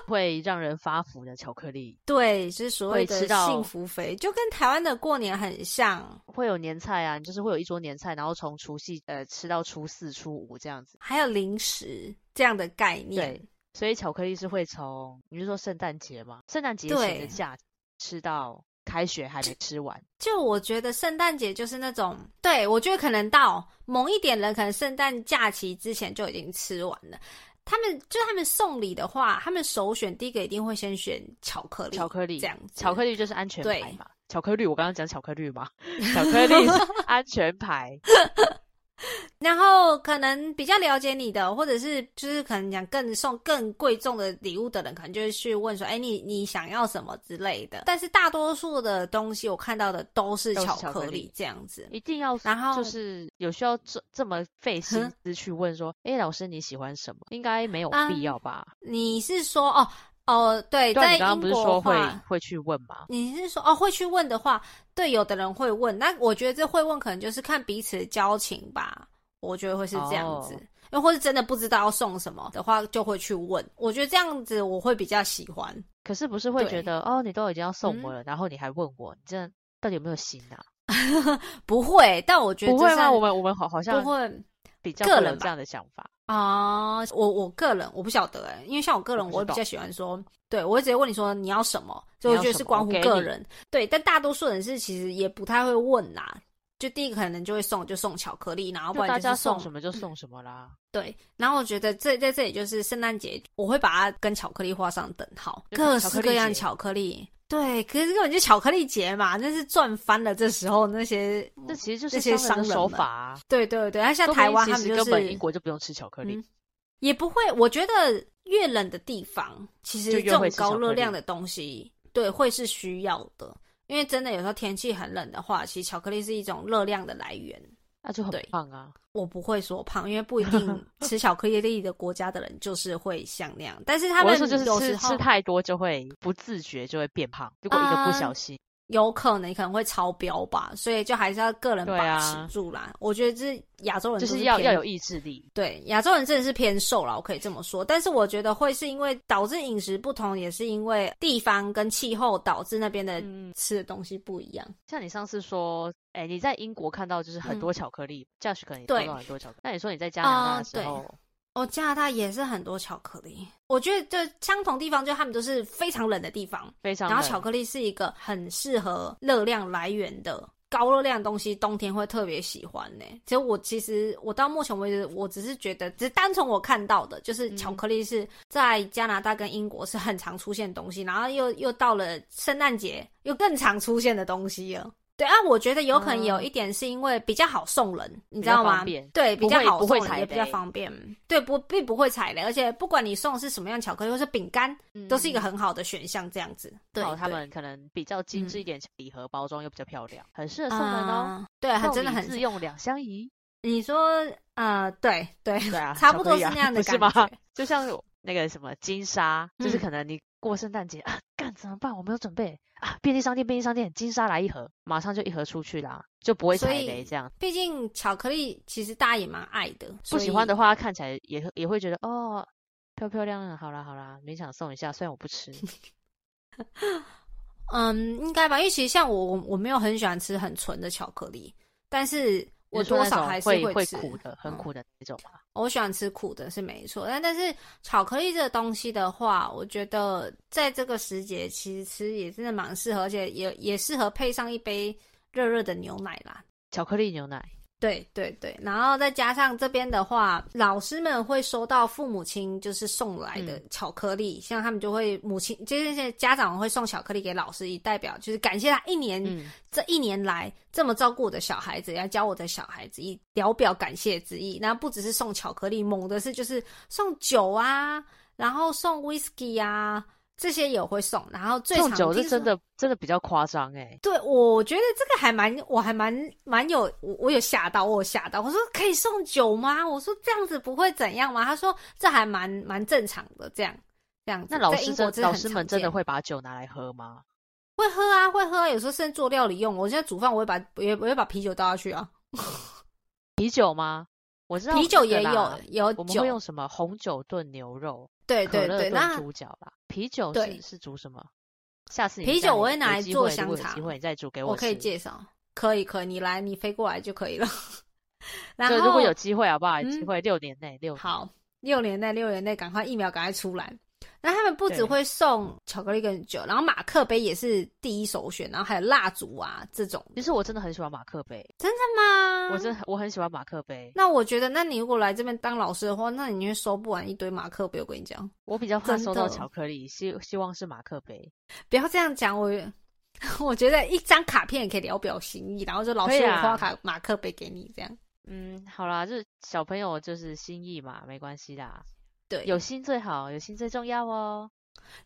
Speaker 2: 会让人发福的巧克力，
Speaker 3: 对，就是所谓
Speaker 2: 会
Speaker 3: 的
Speaker 2: 吃到
Speaker 3: 幸福肥，就跟台湾的过年很像。
Speaker 2: 会有年菜啊，就是会有一桌年菜，然后从除夕呃吃到初四、初五这样子。
Speaker 3: 还有零食这样的概念
Speaker 2: 对。所以巧克力是会从你是说圣诞节吗？圣诞节前
Speaker 3: 对
Speaker 2: 的假吃到开学还没吃完，
Speaker 3: 就我觉得圣诞节就是那种，对我觉得可能到某一点人，可能圣诞假期之前就已经吃完了。他们就他们送礼的话，他们首选第一个一定会先选巧克力，
Speaker 2: 巧克力
Speaker 3: 这样子，
Speaker 2: 巧克力就是安全
Speaker 3: 对
Speaker 2: 牌嘛。巧克力，我刚刚讲巧克力嘛，
Speaker 3: (laughs)
Speaker 2: 巧克力是安全牌。
Speaker 3: 然后可能比较了解你的，或者是就是可能讲更送更贵重的礼物的人，可能就会去问说，哎，你你想要什么之类的。但是大多数的东西我看到的都是
Speaker 2: 都是
Speaker 3: 巧
Speaker 2: 巧
Speaker 3: 克
Speaker 2: 克力
Speaker 3: 力这样子，
Speaker 2: 一定要，
Speaker 3: (laughs) 然后
Speaker 2: 就是有需要这这么费心
Speaker 3: 哼
Speaker 2: 思去问说，哎、老师你喜欢什么？应该没有
Speaker 3: 嗯
Speaker 2: 必要吧？
Speaker 3: 你是说哦哦，对，
Speaker 2: 对啊，
Speaker 3: 在
Speaker 2: 你刚刚
Speaker 3: 英
Speaker 2: 不是
Speaker 3: 国
Speaker 2: 说
Speaker 3: 的
Speaker 2: 会
Speaker 3: 话，
Speaker 2: 会去问吗？
Speaker 3: 你是说哦会去问的话，对，有的人会问，那我觉得这会问可能就是看彼此的交情吧，我觉得会是这样子
Speaker 2: 哦。
Speaker 3: 又或是真的不知道要送什么的话，就会去问。我觉得这样子我会比较喜欢。
Speaker 2: 可是不是会
Speaker 3: 对
Speaker 2: 觉得哦，你都已经要送我
Speaker 3: 嗯
Speaker 2: 了，然后你还问我，你这到底有没有心啊？
Speaker 3: 不会，但我觉得
Speaker 2: 不
Speaker 3: 这
Speaker 2: 会吗？
Speaker 3: 算
Speaker 2: 我们我们好好像
Speaker 3: 不会，
Speaker 2: 比较
Speaker 3: 个
Speaker 2: 会有
Speaker 3: 人吧
Speaker 2: 这样的想法。
Speaker 3: 啊、我我个人我不晓得哎、因为像我个人，
Speaker 2: 我不
Speaker 3: 我
Speaker 2: 知
Speaker 3: 比
Speaker 2: 道
Speaker 3: 较喜欢说，对我会直接问你说你要什么，所以
Speaker 2: 你
Speaker 3: 我
Speaker 2: 要
Speaker 3: 觉得
Speaker 2: 什
Speaker 3: 是
Speaker 2: 么
Speaker 3: 关
Speaker 2: 我
Speaker 3: 乎
Speaker 2: 给
Speaker 3: 个
Speaker 2: 你
Speaker 3: 人。对，但大多数人是其实也不太会问啦，就第一个可能就会送就送巧克力，然后不
Speaker 2: 就
Speaker 3: 然
Speaker 2: 大
Speaker 3: 就
Speaker 2: 家
Speaker 3: 是
Speaker 2: 送什么就送什么啦，
Speaker 3: 对，然后我觉得这在这里就是圣诞节，我会把它跟巧克力画上等号，
Speaker 2: 就
Speaker 3: 各
Speaker 2: 巧克
Speaker 3: 式
Speaker 2: 力
Speaker 3: 各样
Speaker 2: 节
Speaker 3: 巧克力。对，可是根本就巧克力节嘛，那是赚翻了。这时候那些，
Speaker 2: 这其实就
Speaker 3: 那
Speaker 2: 是
Speaker 3: 嗯些
Speaker 2: 商人
Speaker 3: 商
Speaker 2: 的
Speaker 3: 人
Speaker 2: 手
Speaker 3: 们
Speaker 2: 法啊。
Speaker 3: 对对对，那像
Speaker 2: 说不
Speaker 3: 台
Speaker 2: 定
Speaker 3: 湾
Speaker 2: 其
Speaker 3: 他们
Speaker 2: 实
Speaker 3: 就
Speaker 2: 根本
Speaker 3: 是
Speaker 2: 英国就不用吃巧克力
Speaker 3: 嗯，也不会，我觉得越冷的地方，其实
Speaker 2: 就
Speaker 3: 这
Speaker 2: 越
Speaker 3: 种
Speaker 2: 会吃
Speaker 3: 高
Speaker 2: 巧
Speaker 3: 热
Speaker 2: 克力
Speaker 3: 量的东西，对，会是需要的。因为真的有时候天气很冷的话，其实巧克力是一种热量的来源。
Speaker 2: 那就很
Speaker 3: 对
Speaker 2: 胖啊。
Speaker 3: 我不会说胖，因为不一
Speaker 2: (laughs)
Speaker 3: 定吃巧克力的国家的人就是会像那样，但是他
Speaker 2: 我
Speaker 3: 们
Speaker 2: 是说就是
Speaker 3: 有
Speaker 2: 吃
Speaker 3: 时候
Speaker 2: 吃太多就会不自觉就会变胖，如果一个不小
Speaker 3: 嗯
Speaker 2: 心，
Speaker 3: 有可能可能会超标吧，所以就还是要个人
Speaker 2: 对
Speaker 3: 把
Speaker 2: 啊
Speaker 3: 持住啦。我觉得这亚洲人
Speaker 2: 就
Speaker 3: 都
Speaker 2: 是
Speaker 3: 是
Speaker 2: 要
Speaker 3: 偏
Speaker 2: 要有意志力。
Speaker 3: 对，亚洲人真的是偏瘦啦，我可以这么说。但是我觉得会是因为导致饮食不同，也是因为地方跟气候导致那边的
Speaker 2: 嗯
Speaker 3: 吃的东西不一样。
Speaker 2: 像你上次说，哎、你在英国看到就是很
Speaker 3: 嗯
Speaker 2: 多巧克力，Josh 可能也
Speaker 3: 对
Speaker 2: 看到很多巧克力。那你说你在加拿大
Speaker 3: 啊
Speaker 2: 的时
Speaker 3: 对
Speaker 2: 候，
Speaker 3: 哦，加拿大也是很多巧克力。我觉得就相同地方，就他们都是非常冷的地方，
Speaker 2: 非常
Speaker 3: 然后
Speaker 2: 冷
Speaker 3: 巧克力是一个很适合热量来源的高热量的东西，冬天会特别喜欢呢、其实我其实我到目前为止，我只是觉得，只是单从我看到的，就是
Speaker 2: 嗯
Speaker 3: 巧克力是在加拿大跟英国是很常出现的东西，然后又又到了圣诞节又更常出现的东西了。对啊，我觉得有可能有
Speaker 2: 嗯
Speaker 3: 一点是因为比较好送人，你
Speaker 2: 比
Speaker 3: 知
Speaker 2: 较
Speaker 3: 道
Speaker 2: 方
Speaker 3: 吗
Speaker 2: 便？
Speaker 3: 对，比
Speaker 2: 不
Speaker 3: 较
Speaker 2: 会
Speaker 3: 好
Speaker 2: 不会
Speaker 3: 送人，
Speaker 2: 踩
Speaker 3: 也比较
Speaker 2: 雷
Speaker 3: 方便。对，不并不会踩雷，而且不管你送的是什么样巧克力或是饼干，都是一个
Speaker 2: 嗯
Speaker 3: 很好的选项，这样子。对
Speaker 2: 然哦后，他
Speaker 3: 对
Speaker 2: 们可能比较精致
Speaker 3: 嗯
Speaker 2: 一点，礼盒包装又比较漂亮，很适合送人哦。
Speaker 3: 啊对，很
Speaker 2: 送
Speaker 3: 真的
Speaker 2: 礼
Speaker 3: 很
Speaker 2: 自。用两相
Speaker 3: (laughs)
Speaker 2: 宜，
Speaker 3: 你说，呃，对对，
Speaker 2: 对啊，巧
Speaker 3: 差不
Speaker 2: 克
Speaker 3: 多
Speaker 2: 力
Speaker 3: 是
Speaker 2: 啊
Speaker 3: 那样的
Speaker 2: 不是
Speaker 3: 感
Speaker 2: 吗
Speaker 3: 觉。
Speaker 2: 就像有那个什么金沙，就是
Speaker 3: 嗯
Speaker 2: 可能你过圣诞节啊，干怎么办？我没有准备啊，便利商店便利商店金沙来一盒，马上就一盒出去啦，就不会
Speaker 3: 所
Speaker 2: 踩
Speaker 3: 以
Speaker 2: 雷这样。
Speaker 3: 毕竟巧克力其实大家也蛮爱的，
Speaker 2: 不
Speaker 3: 所
Speaker 2: 喜
Speaker 3: 以
Speaker 2: 欢的话，看起来也会也会觉得哦，漂漂亮亮，好啦好啦，勉强送一下，虽然我不
Speaker 3: (laughs)
Speaker 2: 吃。
Speaker 3: 嗯，应该吧，因为其实像我，我我没有很喜欢吃很纯的巧克力，但是我
Speaker 2: 你说
Speaker 3: 多
Speaker 2: 那
Speaker 3: 少
Speaker 2: 种
Speaker 3: 还是
Speaker 2: 会
Speaker 3: 会吃
Speaker 2: 苦的，很
Speaker 3: 嗯
Speaker 2: 苦的那种啊嘛。
Speaker 3: 我喜欢吃苦的是没错，但但是巧克力这个东西的话，我觉得在这个时节其实吃也真的蛮适合，而且也也适合配上一杯热热的牛奶啦。
Speaker 2: 巧克力牛奶，
Speaker 3: 对对对，然后再加上这边的话，老师们会收到父母亲就是送来的
Speaker 2: 嗯
Speaker 3: 巧克力，像他们就会母亲就是现在家长会送巧克力给老师，以代表就是感谢他一年、
Speaker 2: 嗯，
Speaker 3: 这一年来这么照顾我的小孩子，要教我的小孩子，以聊表感谢之意。那不只是送巧克力，猛的是就是送酒啊，然后送 whisky 啊，这些也会送。然后最
Speaker 2: 送
Speaker 3: 常
Speaker 2: 酒
Speaker 3: 听
Speaker 2: 是真
Speaker 3: 说。
Speaker 2: 的真的比较夸张哎，
Speaker 3: 对，我觉得这个还蛮，我还蛮蛮有，我我有吓到，我有吓到。我说可以送酒吗？我说这样子不会怎样吗？他说这还蛮蛮正常的，这样这样子。
Speaker 2: 那老
Speaker 3: 在
Speaker 2: 师
Speaker 3: 英
Speaker 2: 真
Speaker 3: 国这
Speaker 2: 老
Speaker 3: 很
Speaker 2: 师
Speaker 3: 常
Speaker 2: 们真的
Speaker 3: 见
Speaker 2: 会把酒拿来喝吗？
Speaker 3: 会喝啊，会喝啊，有时候甚至做料理用。我现在煮饭，我会把也我会把啤酒倒下去啊。
Speaker 2: 啤酒吗？我知道
Speaker 3: 啤酒
Speaker 2: 那
Speaker 3: 也
Speaker 2: 个啦
Speaker 3: 有，有
Speaker 2: 我们
Speaker 3: 酒
Speaker 2: 会，用什么红酒炖牛肉，
Speaker 3: 对
Speaker 2: 可
Speaker 3: 对
Speaker 2: 乐
Speaker 3: 对，
Speaker 2: 炖
Speaker 3: 那
Speaker 2: 猪脚啦。啤酒
Speaker 3: 对
Speaker 2: 是是煮什么？下次你
Speaker 3: 啤
Speaker 2: 再
Speaker 3: 酒我会拿
Speaker 2: 有
Speaker 3: 来
Speaker 2: 机
Speaker 3: 做
Speaker 2: 会如
Speaker 3: 香
Speaker 2: 果有机
Speaker 3: 肠
Speaker 2: 会你再煮给
Speaker 3: 我可以
Speaker 2: 吃
Speaker 3: 介绍，可以可以，你来你飞过来就可以了。 (laughs) 然
Speaker 2: 对，
Speaker 3: 后
Speaker 2: 如果有机会好不好？有机
Speaker 3: 嗯
Speaker 2: 会六年内六年
Speaker 3: 好，六年内六年内赶快疫苗赶快出来。那他们不只
Speaker 2: 对
Speaker 3: 会送巧克力跟酒，然后马克杯也是第一首选，然后还有蜡烛啊这种，
Speaker 2: 其实我真的很喜欢马克杯，
Speaker 3: 真的吗？
Speaker 2: 我真的我很喜欢马克杯。
Speaker 3: 那我觉得，那你如果来这边当老师的话，那你会收不完一堆马克杯。我跟你讲，
Speaker 2: 我比较怕
Speaker 3: 真
Speaker 2: 收到
Speaker 3: 的
Speaker 2: 巧克力，希希望是马克杯。
Speaker 3: 不要这样讲，我 (laughs) 我觉得一张卡片也可以聊表心意，然后就老
Speaker 2: 可以
Speaker 3: 师我
Speaker 2: 啊
Speaker 3: 画卡马克杯给你这样。
Speaker 2: 嗯，好啦，就是小朋友就是心意嘛，没关系啦，
Speaker 3: 对，
Speaker 2: 有心最好，有心最重要哦。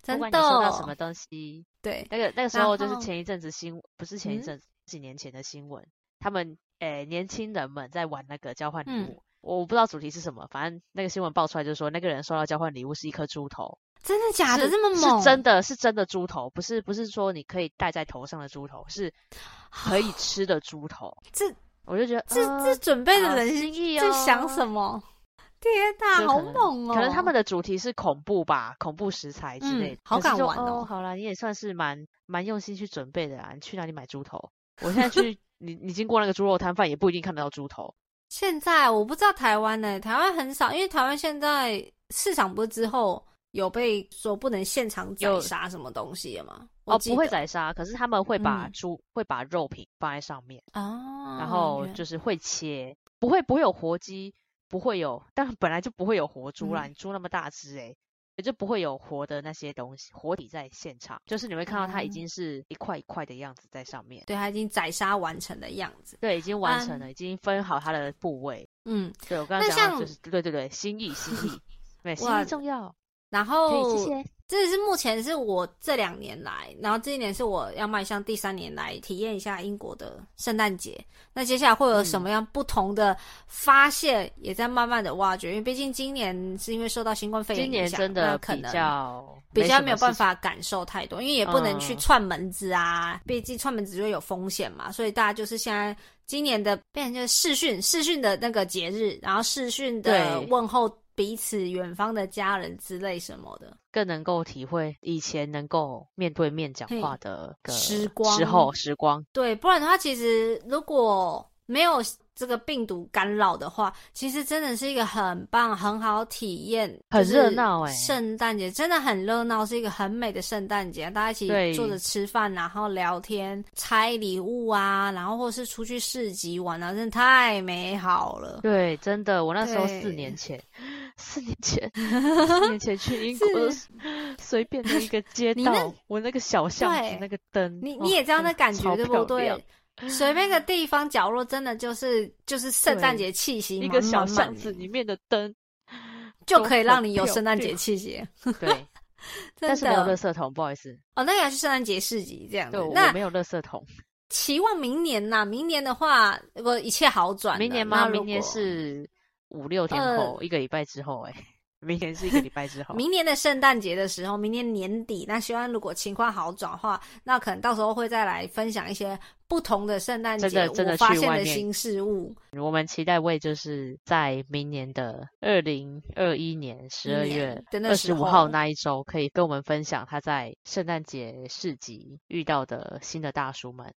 Speaker 3: 真
Speaker 2: 不管你
Speaker 3: 的
Speaker 2: 收到什么东西，
Speaker 3: 对，
Speaker 2: 那个那个时
Speaker 3: 然
Speaker 2: 候就是
Speaker 3: 后
Speaker 2: 前一阵子新，不是前一
Speaker 3: 嗯
Speaker 2: 阵子，几年前的新闻，他们诶、年轻人们在玩那个交换礼
Speaker 3: 嗯
Speaker 2: 物。我不知道主题是什么，反正那个新闻爆出来就说那个人收到交换礼物是一颗猪头，
Speaker 3: 真的假的
Speaker 2: 是
Speaker 3: 这么猛？
Speaker 2: 是真的是真的猪头，不是不是说你可以戴在头上的猪头，是可以吃的猪头。
Speaker 3: 这
Speaker 2: 我就觉得
Speaker 3: 这
Speaker 2: 呃
Speaker 3: 这准备的
Speaker 2: 好
Speaker 3: 人
Speaker 2: 心意
Speaker 3: 在想
Speaker 2: 哦
Speaker 3: 什么？啊天哪，
Speaker 2: 就
Speaker 3: 好
Speaker 2: 可能
Speaker 3: 猛哦！
Speaker 2: 可能他们的主题是恐怖吧，恐怖食材之类
Speaker 3: 嗯
Speaker 2: 的。
Speaker 3: 好
Speaker 2: 可是
Speaker 3: 敢
Speaker 2: 就
Speaker 3: 玩哦
Speaker 2: 好啦，你也算是蛮蛮用心去准
Speaker 3: (laughs)
Speaker 2: 备的啦。你去哪里买猪头？我现在去，你你经过那个猪肉摊贩也不一定看得到猪头。
Speaker 3: 现在我不知道台湾呢、台湾很少，因为台湾现在市场不是之后有被说不能现场宰
Speaker 2: 有
Speaker 3: 杀什么东西了吗？我
Speaker 2: 哦，
Speaker 3: 记
Speaker 2: 不会
Speaker 3: 得
Speaker 2: 宰杀，可是他们会把
Speaker 3: 嗯
Speaker 2: 猪、会把肉品放在上面，
Speaker 3: 哦，
Speaker 2: 然后
Speaker 3: 原
Speaker 2: 就是会切，不会不会有活鸡，不会有，但本来就不会有活猪啦，
Speaker 3: 嗯
Speaker 2: 你猪那么大只诶、也就不会有活的那些东西，活体在现场，就是你会看到它已
Speaker 3: 哦
Speaker 2: 经是一块一块的样子在上面，
Speaker 3: 对，它已经宰杀完成的样子。
Speaker 2: 对，已经完成
Speaker 3: 嗯
Speaker 2: 了，已经分好它的部位。
Speaker 3: 嗯，
Speaker 2: 对我刚
Speaker 3: 那
Speaker 2: 刚讲到
Speaker 3: 像
Speaker 2: 就是对对对，心意心 (laughs) 意，对，心
Speaker 3: 哇
Speaker 2: 意重要，
Speaker 3: 然
Speaker 2: 可以
Speaker 3: 后
Speaker 2: 谢谢。
Speaker 3: 这是目前是我这两年来，然后这一年是我要迈向第三年来体验一下英国的圣诞节。那接下来会有什么样不同的发现，也在慢慢的挖掘。因为毕竟今年是因为受到新冠肺炎
Speaker 2: 今
Speaker 3: 影
Speaker 2: 年
Speaker 3: 响
Speaker 2: 真
Speaker 3: 那
Speaker 2: 的
Speaker 3: 可
Speaker 2: 比
Speaker 3: 能
Speaker 2: 较
Speaker 3: 比较
Speaker 2: 什
Speaker 3: 没
Speaker 2: 么
Speaker 3: 有办
Speaker 2: 事
Speaker 3: 法感受太多，因为也不能去
Speaker 2: 嗯
Speaker 3: 串门子啊，毕竟串门子就有风险嘛，所以大家就是现在今年的变成就是视讯视讯的那个节日，然后视讯的
Speaker 2: 对
Speaker 3: 问候彼此远方的家人之类什么的，
Speaker 2: 更能够体会以前能够面对面讲
Speaker 3: 嘿
Speaker 2: 话的个
Speaker 3: 时光
Speaker 2: 时候时光，
Speaker 3: 对，不然的话其实如果没有这个病毒干扰的话，其实真的是一个很棒、很好体验，
Speaker 2: 很
Speaker 3: 就是
Speaker 2: 热闹欸
Speaker 3: 圣诞节真的很热闹，是一个很美的圣诞节，啊大家一起
Speaker 2: 对
Speaker 3: 坐着吃饭，然后聊天、拆礼物啊，然后或是出去市集玩啊，真的太美好了。
Speaker 2: 对，真的，我那时候四年
Speaker 3: 对
Speaker 2: 前，四年
Speaker 3: (laughs)
Speaker 2: 前，四年前去英国的时 (laughs) 随便的一个街
Speaker 3: 你那
Speaker 2: 道，我那个小巷子
Speaker 3: 对
Speaker 2: 那个灯，
Speaker 3: 你
Speaker 2: 哦
Speaker 3: 你也知道那
Speaker 2: 真的
Speaker 3: 感觉
Speaker 2: 超
Speaker 3: 对不
Speaker 2: 漂
Speaker 3: 对
Speaker 2: 亮？
Speaker 3: 随便一个地方角落，真的就是就是圣诞
Speaker 2: 对
Speaker 3: 节气息
Speaker 2: 一
Speaker 3: 满
Speaker 2: 个
Speaker 3: 满
Speaker 2: 小
Speaker 3: 满
Speaker 2: 巷子
Speaker 3: 的
Speaker 2: 里面的
Speaker 3: (laughs)
Speaker 2: 灯，
Speaker 3: 就
Speaker 2: 都
Speaker 3: 可以
Speaker 2: 很
Speaker 3: 让你有
Speaker 2: 漂
Speaker 3: 圣诞节
Speaker 2: 亮
Speaker 3: 气息，
Speaker 2: 对，
Speaker 3: 真
Speaker 2: 但
Speaker 3: 的。
Speaker 2: 是没有垃圾桶，不好意思，
Speaker 3: 哦，那个要去圣诞节市集这样子
Speaker 2: 对，。我
Speaker 3: 那
Speaker 2: 没有垃圾桶。
Speaker 3: 期望明年呐、明年的话，如果一切好转了，
Speaker 2: 明年
Speaker 3: 那
Speaker 2: 吗？
Speaker 3: 如
Speaker 2: 明年
Speaker 3: 果呃
Speaker 2: 是五六天后，一个礼拜之后、欸，明年是一个礼拜之后。
Speaker 3: 明年的圣诞节的时候，明年年底，那希望如果情况好转的话，那可能到时候会再来分享一些不同的圣诞节
Speaker 2: 真的真的
Speaker 3: 我发
Speaker 2: 去
Speaker 3: 现
Speaker 2: 外
Speaker 3: 的
Speaker 2: 面
Speaker 3: 新事物。
Speaker 2: 我们期待为就是在明年的二零二一年十二
Speaker 3: 明
Speaker 2: 月
Speaker 3: 年的那
Speaker 2: 二
Speaker 3: 时
Speaker 2: 十
Speaker 3: 候
Speaker 2: 五号那一周，可以跟我们分享他在圣诞节市集遇到的新的大叔们。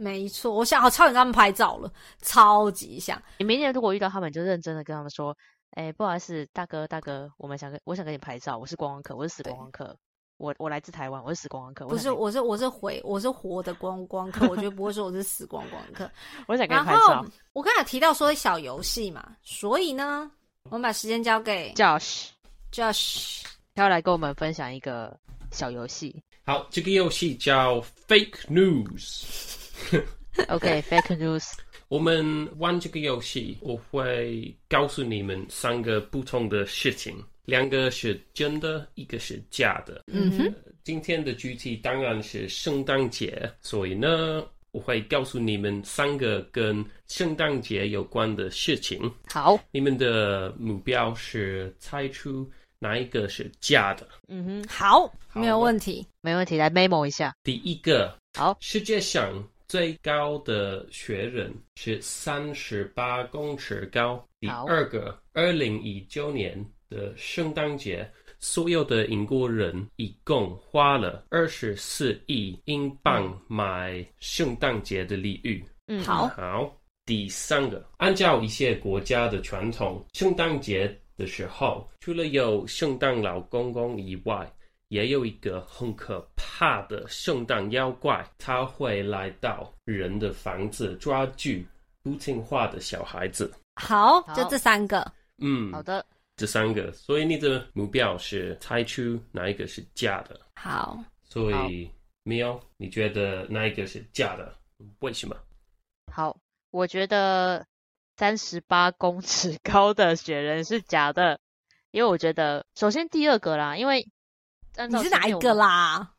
Speaker 3: 没错，我想好超想跟他们拍照了，超级想。
Speaker 2: 你明年如果遇到他们，你就认真的跟他们说：“哎、不好意思，大哥大哥，我们想跟我想跟你拍照，我是观光客，我是死
Speaker 3: 对
Speaker 2: 观光客，我我来自台湾，我是死观光客，
Speaker 3: 不
Speaker 2: 想
Speaker 3: 是，
Speaker 2: 跟你
Speaker 3: 我是我是回我是活的观光客，我绝对不会说我是死观光客。
Speaker 2: 我想跟
Speaker 3: 然
Speaker 2: 你拍
Speaker 3: 后
Speaker 2: 照。
Speaker 3: 我刚才有提到说小游戏嘛，所以呢，我们把时间交给
Speaker 2: ”Josh。
Speaker 3: Josh。
Speaker 2: 他要来跟我们分享一个小游 (laughs) 戏。
Speaker 1: 好，这个游戏叫 Fake News。
Speaker 2: OK，fake、news。
Speaker 1: 我们玩这个游戏，我会告诉你们三个不同的事情，两个是真的，一个是假的。
Speaker 3: 嗯哼，
Speaker 1: 今天的主题当然是圣诞节，所以呢，我会告诉你们三个跟圣诞节有关的事情。
Speaker 2: 好，
Speaker 1: 你们的目标是猜出哪一个是假的。
Speaker 2: 嗯哼，
Speaker 3: 好，
Speaker 1: 好
Speaker 3: 没有问题。
Speaker 2: 没问题，来 memo 一下。
Speaker 1: 第一个，
Speaker 2: 好，
Speaker 1: 世界上最高的雪人是三十八公尺高。第
Speaker 2: 好
Speaker 1: 二个，二零一九年的圣诞节，所有的英国人一共花了二十四亿英镑买圣诞节的礼物。
Speaker 2: 嗯，
Speaker 3: 好
Speaker 1: 好，第三个，按照一些国家的传统，圣诞节的时候，除了有圣诞老公公以外，也有一个很可怕的圣诞妖怪，他会来到人的房子抓住不听话的小孩子。
Speaker 3: 好，
Speaker 2: 好
Speaker 3: 就这三个。
Speaker 1: 嗯，
Speaker 2: 好，的，
Speaker 1: 这三个，所以你的目标是猜出哪一个是假的。
Speaker 3: 好，
Speaker 1: 所
Speaker 2: 好
Speaker 1: 以，喵，你觉得哪一个是假的？为什么？
Speaker 2: 好。我觉得三十八公尺高的雪人是假的，因为我觉得首先第二个啦，因为按
Speaker 3: 你
Speaker 2: 照
Speaker 3: 是
Speaker 2: 前
Speaker 3: 哪一
Speaker 2: 面我
Speaker 3: 个
Speaker 2: 们？
Speaker 3: 啦？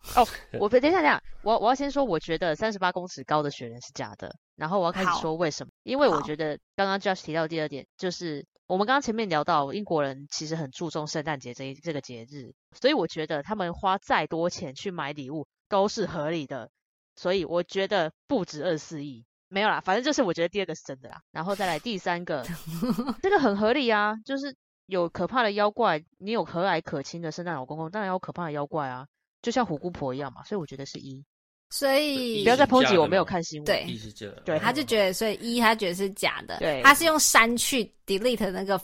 Speaker 2: 我不等一下，等一下，我我要先说，我觉得三十八公尺高的雪人是假的，然后我要开始
Speaker 3: 好
Speaker 2: 说为什么，因为我
Speaker 3: 好
Speaker 2: 觉得刚刚 Josh 提到的第二点，就是我们刚刚前面聊到英国人其实很注重圣诞节这一这个节日，所以我觉得他们花再多钱去买礼物都是合理的，所以我觉得不止二四亿。没有啦，反正就是我觉得第二个是真的啦，然后再来第三个，这个很合理啊，就是有可怕的妖怪，你有和蔼可亲的圣诞老公公，当然要有可怕的妖怪啊，就像虎姑婆一样嘛，所以我觉得是一。
Speaker 3: 所以
Speaker 2: 不要再
Speaker 1: 是假
Speaker 2: 抨击
Speaker 1: 的
Speaker 2: 我没有
Speaker 1: 吗
Speaker 2: 看新闻。
Speaker 3: 对
Speaker 1: 一是这样，
Speaker 2: 对
Speaker 3: 他就觉得，所以一他觉得是假的，
Speaker 2: 对
Speaker 3: 他是用删去 delete 那个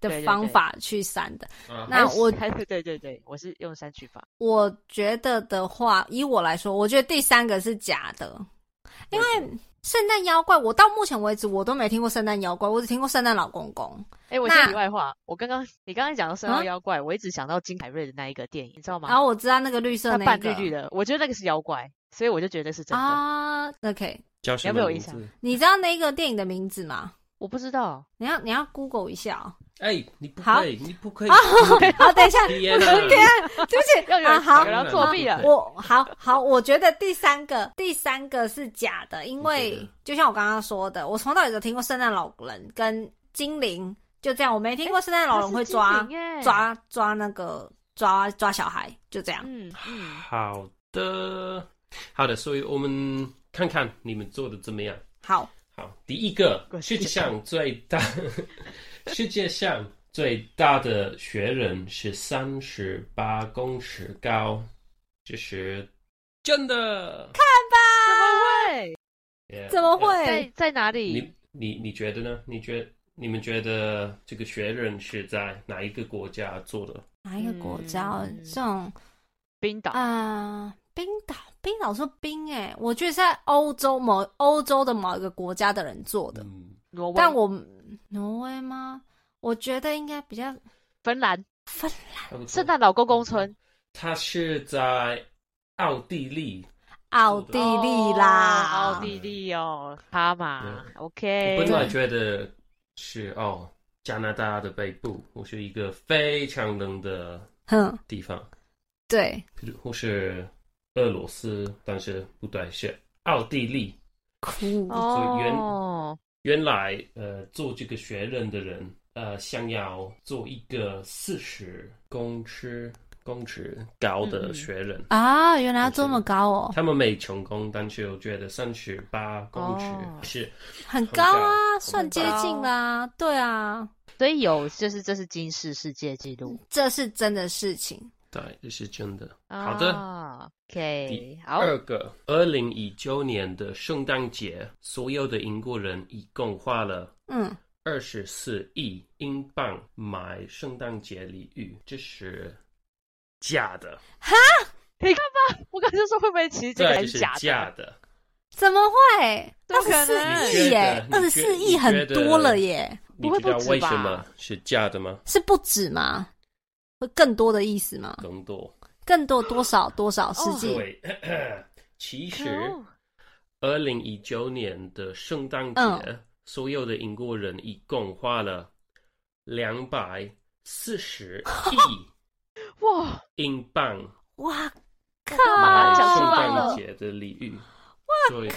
Speaker 2: 对对
Speaker 3: 的
Speaker 2: 对
Speaker 3: 方法去删的。
Speaker 1: 得、啊
Speaker 3: 那
Speaker 2: 还是
Speaker 3: 我
Speaker 2: 还哎是对对对，我是用删去法。
Speaker 3: 我觉得的话，以我来说，我觉得第三个是假的，因为圣诞妖怪，我到目前为止我都没听过圣诞妖怪，我只听过圣诞老公公。
Speaker 2: 哎，我
Speaker 3: 那
Speaker 2: 说题外话，我刚刚你刚刚讲到《圣
Speaker 3: 嗯
Speaker 2: 诞妖怪》，我一直想到金凯瑞的那一个电影，你知道吗？
Speaker 3: 然后我知道那个绿色
Speaker 2: 他
Speaker 3: 哦那
Speaker 2: 扮
Speaker 3: 个
Speaker 2: 绿绿的，我觉得那个是妖怪，所以我就觉得是真的。
Speaker 3: 啊，OK，
Speaker 1: 叫什
Speaker 2: 要不要
Speaker 1: 么
Speaker 2: 有
Speaker 1: 名
Speaker 2: 印象
Speaker 1: 字？
Speaker 3: 你知道那个电影的名字吗？
Speaker 2: 我不知道，
Speaker 3: 你要你要 Google 一下哦。
Speaker 1: 哎，你不
Speaker 3: 好哦
Speaker 1: 可以，你不可以。
Speaker 3: 好，等
Speaker 2: (laughs)
Speaker 3: 一下，
Speaker 1: 天啊！
Speaker 3: 对不起，
Speaker 2: 要有
Speaker 3: 啊，
Speaker 2: 人
Speaker 3: 好，
Speaker 2: 然后作弊了。
Speaker 3: 我好好，我觉得第三个第三个是假的，因
Speaker 1: 你觉
Speaker 3: 为
Speaker 1: 得
Speaker 3: 就像我刚刚说的，我从小有听过圣诞老人跟精灵，就这样，我没听过圣诞
Speaker 2: 哎
Speaker 3: 老人会抓
Speaker 2: 抓，
Speaker 3: 抓抓那个抓抓小孩，就这样。
Speaker 2: 嗯嗯，
Speaker 1: 好的，好的，所以我们看看你们做的怎么样。
Speaker 3: 好，
Speaker 1: 好，第一个，世界上最大， (laughs) 世界上最大的雪人是三十八公尺高，这是真的。
Speaker 2: 对，
Speaker 1: Yeah，
Speaker 3: 怎么
Speaker 1: yeah
Speaker 2: 在
Speaker 3: 会？
Speaker 2: 在哪
Speaker 1: 你
Speaker 2: 里？
Speaker 1: 你你觉得呢？你觉你们觉得这个雪人是在哪一个国家做的？
Speaker 3: 哪一个国家哦
Speaker 2: 嗯
Speaker 3: 这种
Speaker 2: 冰岛。
Speaker 3: 啊？冰岛，冰岛是冰哎、我觉得是在欧洲某欧洲的某一个国家的人做的，
Speaker 1: 嗯，
Speaker 2: 挪威，
Speaker 3: 但我挪威吗？我觉得应该比较
Speaker 2: 芬兰
Speaker 1: 差不多
Speaker 2: 圣诞老公公村，
Speaker 1: 它是在奥地利。
Speaker 3: 奥地利啦，
Speaker 2: 哦奥地利哦，哈嘛
Speaker 1: 我
Speaker 2: ，OK，
Speaker 1: 本来觉得是哦，加拿大的北部，我是一个非常冷的
Speaker 3: 哼，
Speaker 1: 地方，
Speaker 3: 对，
Speaker 1: 或是俄罗斯，但是不对，是奥地利。
Speaker 3: 酷
Speaker 2: 哦，
Speaker 1: 原来呃，做这个学人的人，呃，想要做一个四十公尺公尺高
Speaker 2: 嗯
Speaker 1: 的
Speaker 2: 嗯
Speaker 1: 学人，
Speaker 3: 啊，原来要这么高哦，
Speaker 1: 他们没成功，但是我觉得三十八公尺
Speaker 2: 哦
Speaker 1: 是
Speaker 3: 很
Speaker 1: 很
Speaker 3: 高啊，
Speaker 1: 高
Speaker 3: 算接近啦，对啊，
Speaker 2: 所以有就是这是金氏世界纪录。
Speaker 3: 这是真的事情。
Speaker 1: 对，这是真的。好的，
Speaker 2: 啊，OK，好，
Speaker 1: 二个，二零一九年的圣诞节，所有的英国人一共花了
Speaker 3: 嗯，
Speaker 1: 二十四亿英镑买圣诞节礼物，这是假的，
Speaker 2: 你看吧，我刚才就说会不会其实这个
Speaker 1: 对，
Speaker 2: 还
Speaker 1: 这
Speaker 2: 是
Speaker 1: 是
Speaker 2: 假的？
Speaker 1: 假的。
Speaker 3: 怎么会？
Speaker 2: 怎
Speaker 3: 二
Speaker 2: 么可
Speaker 3: 十
Speaker 2: 能
Speaker 3: 四
Speaker 1: 你
Speaker 3: 亿
Speaker 1: 觉
Speaker 3: 耶
Speaker 1: 得，
Speaker 3: 二十
Speaker 1: 你觉
Speaker 3: 四亿很多了耶，
Speaker 1: 你
Speaker 2: 不会
Speaker 1: 知道
Speaker 2: 不止
Speaker 1: 为
Speaker 2: 吧
Speaker 1: 什么是假的吗？
Speaker 3: 是不止吗？会更多的意思吗？
Speaker 2: 哦
Speaker 1: 更多，
Speaker 3: 更多多少多少世纪？
Speaker 1: 对， (coughs) 其
Speaker 2: 可
Speaker 1: 实
Speaker 2: 恶
Speaker 1: 二零一九年的圣诞节，
Speaker 3: 嗯
Speaker 1: 所有的英国人一共花了两百四十
Speaker 2: (laughs)
Speaker 1: 亿
Speaker 2: 哇，
Speaker 1: 英镑。
Speaker 3: 哇靠！
Speaker 2: 把
Speaker 3: (laughs)
Speaker 1: 买
Speaker 2: 它讲
Speaker 1: 圣
Speaker 2: 出来
Speaker 1: 诞
Speaker 2: 了
Speaker 1: 节的礼物。所以
Speaker 2: 出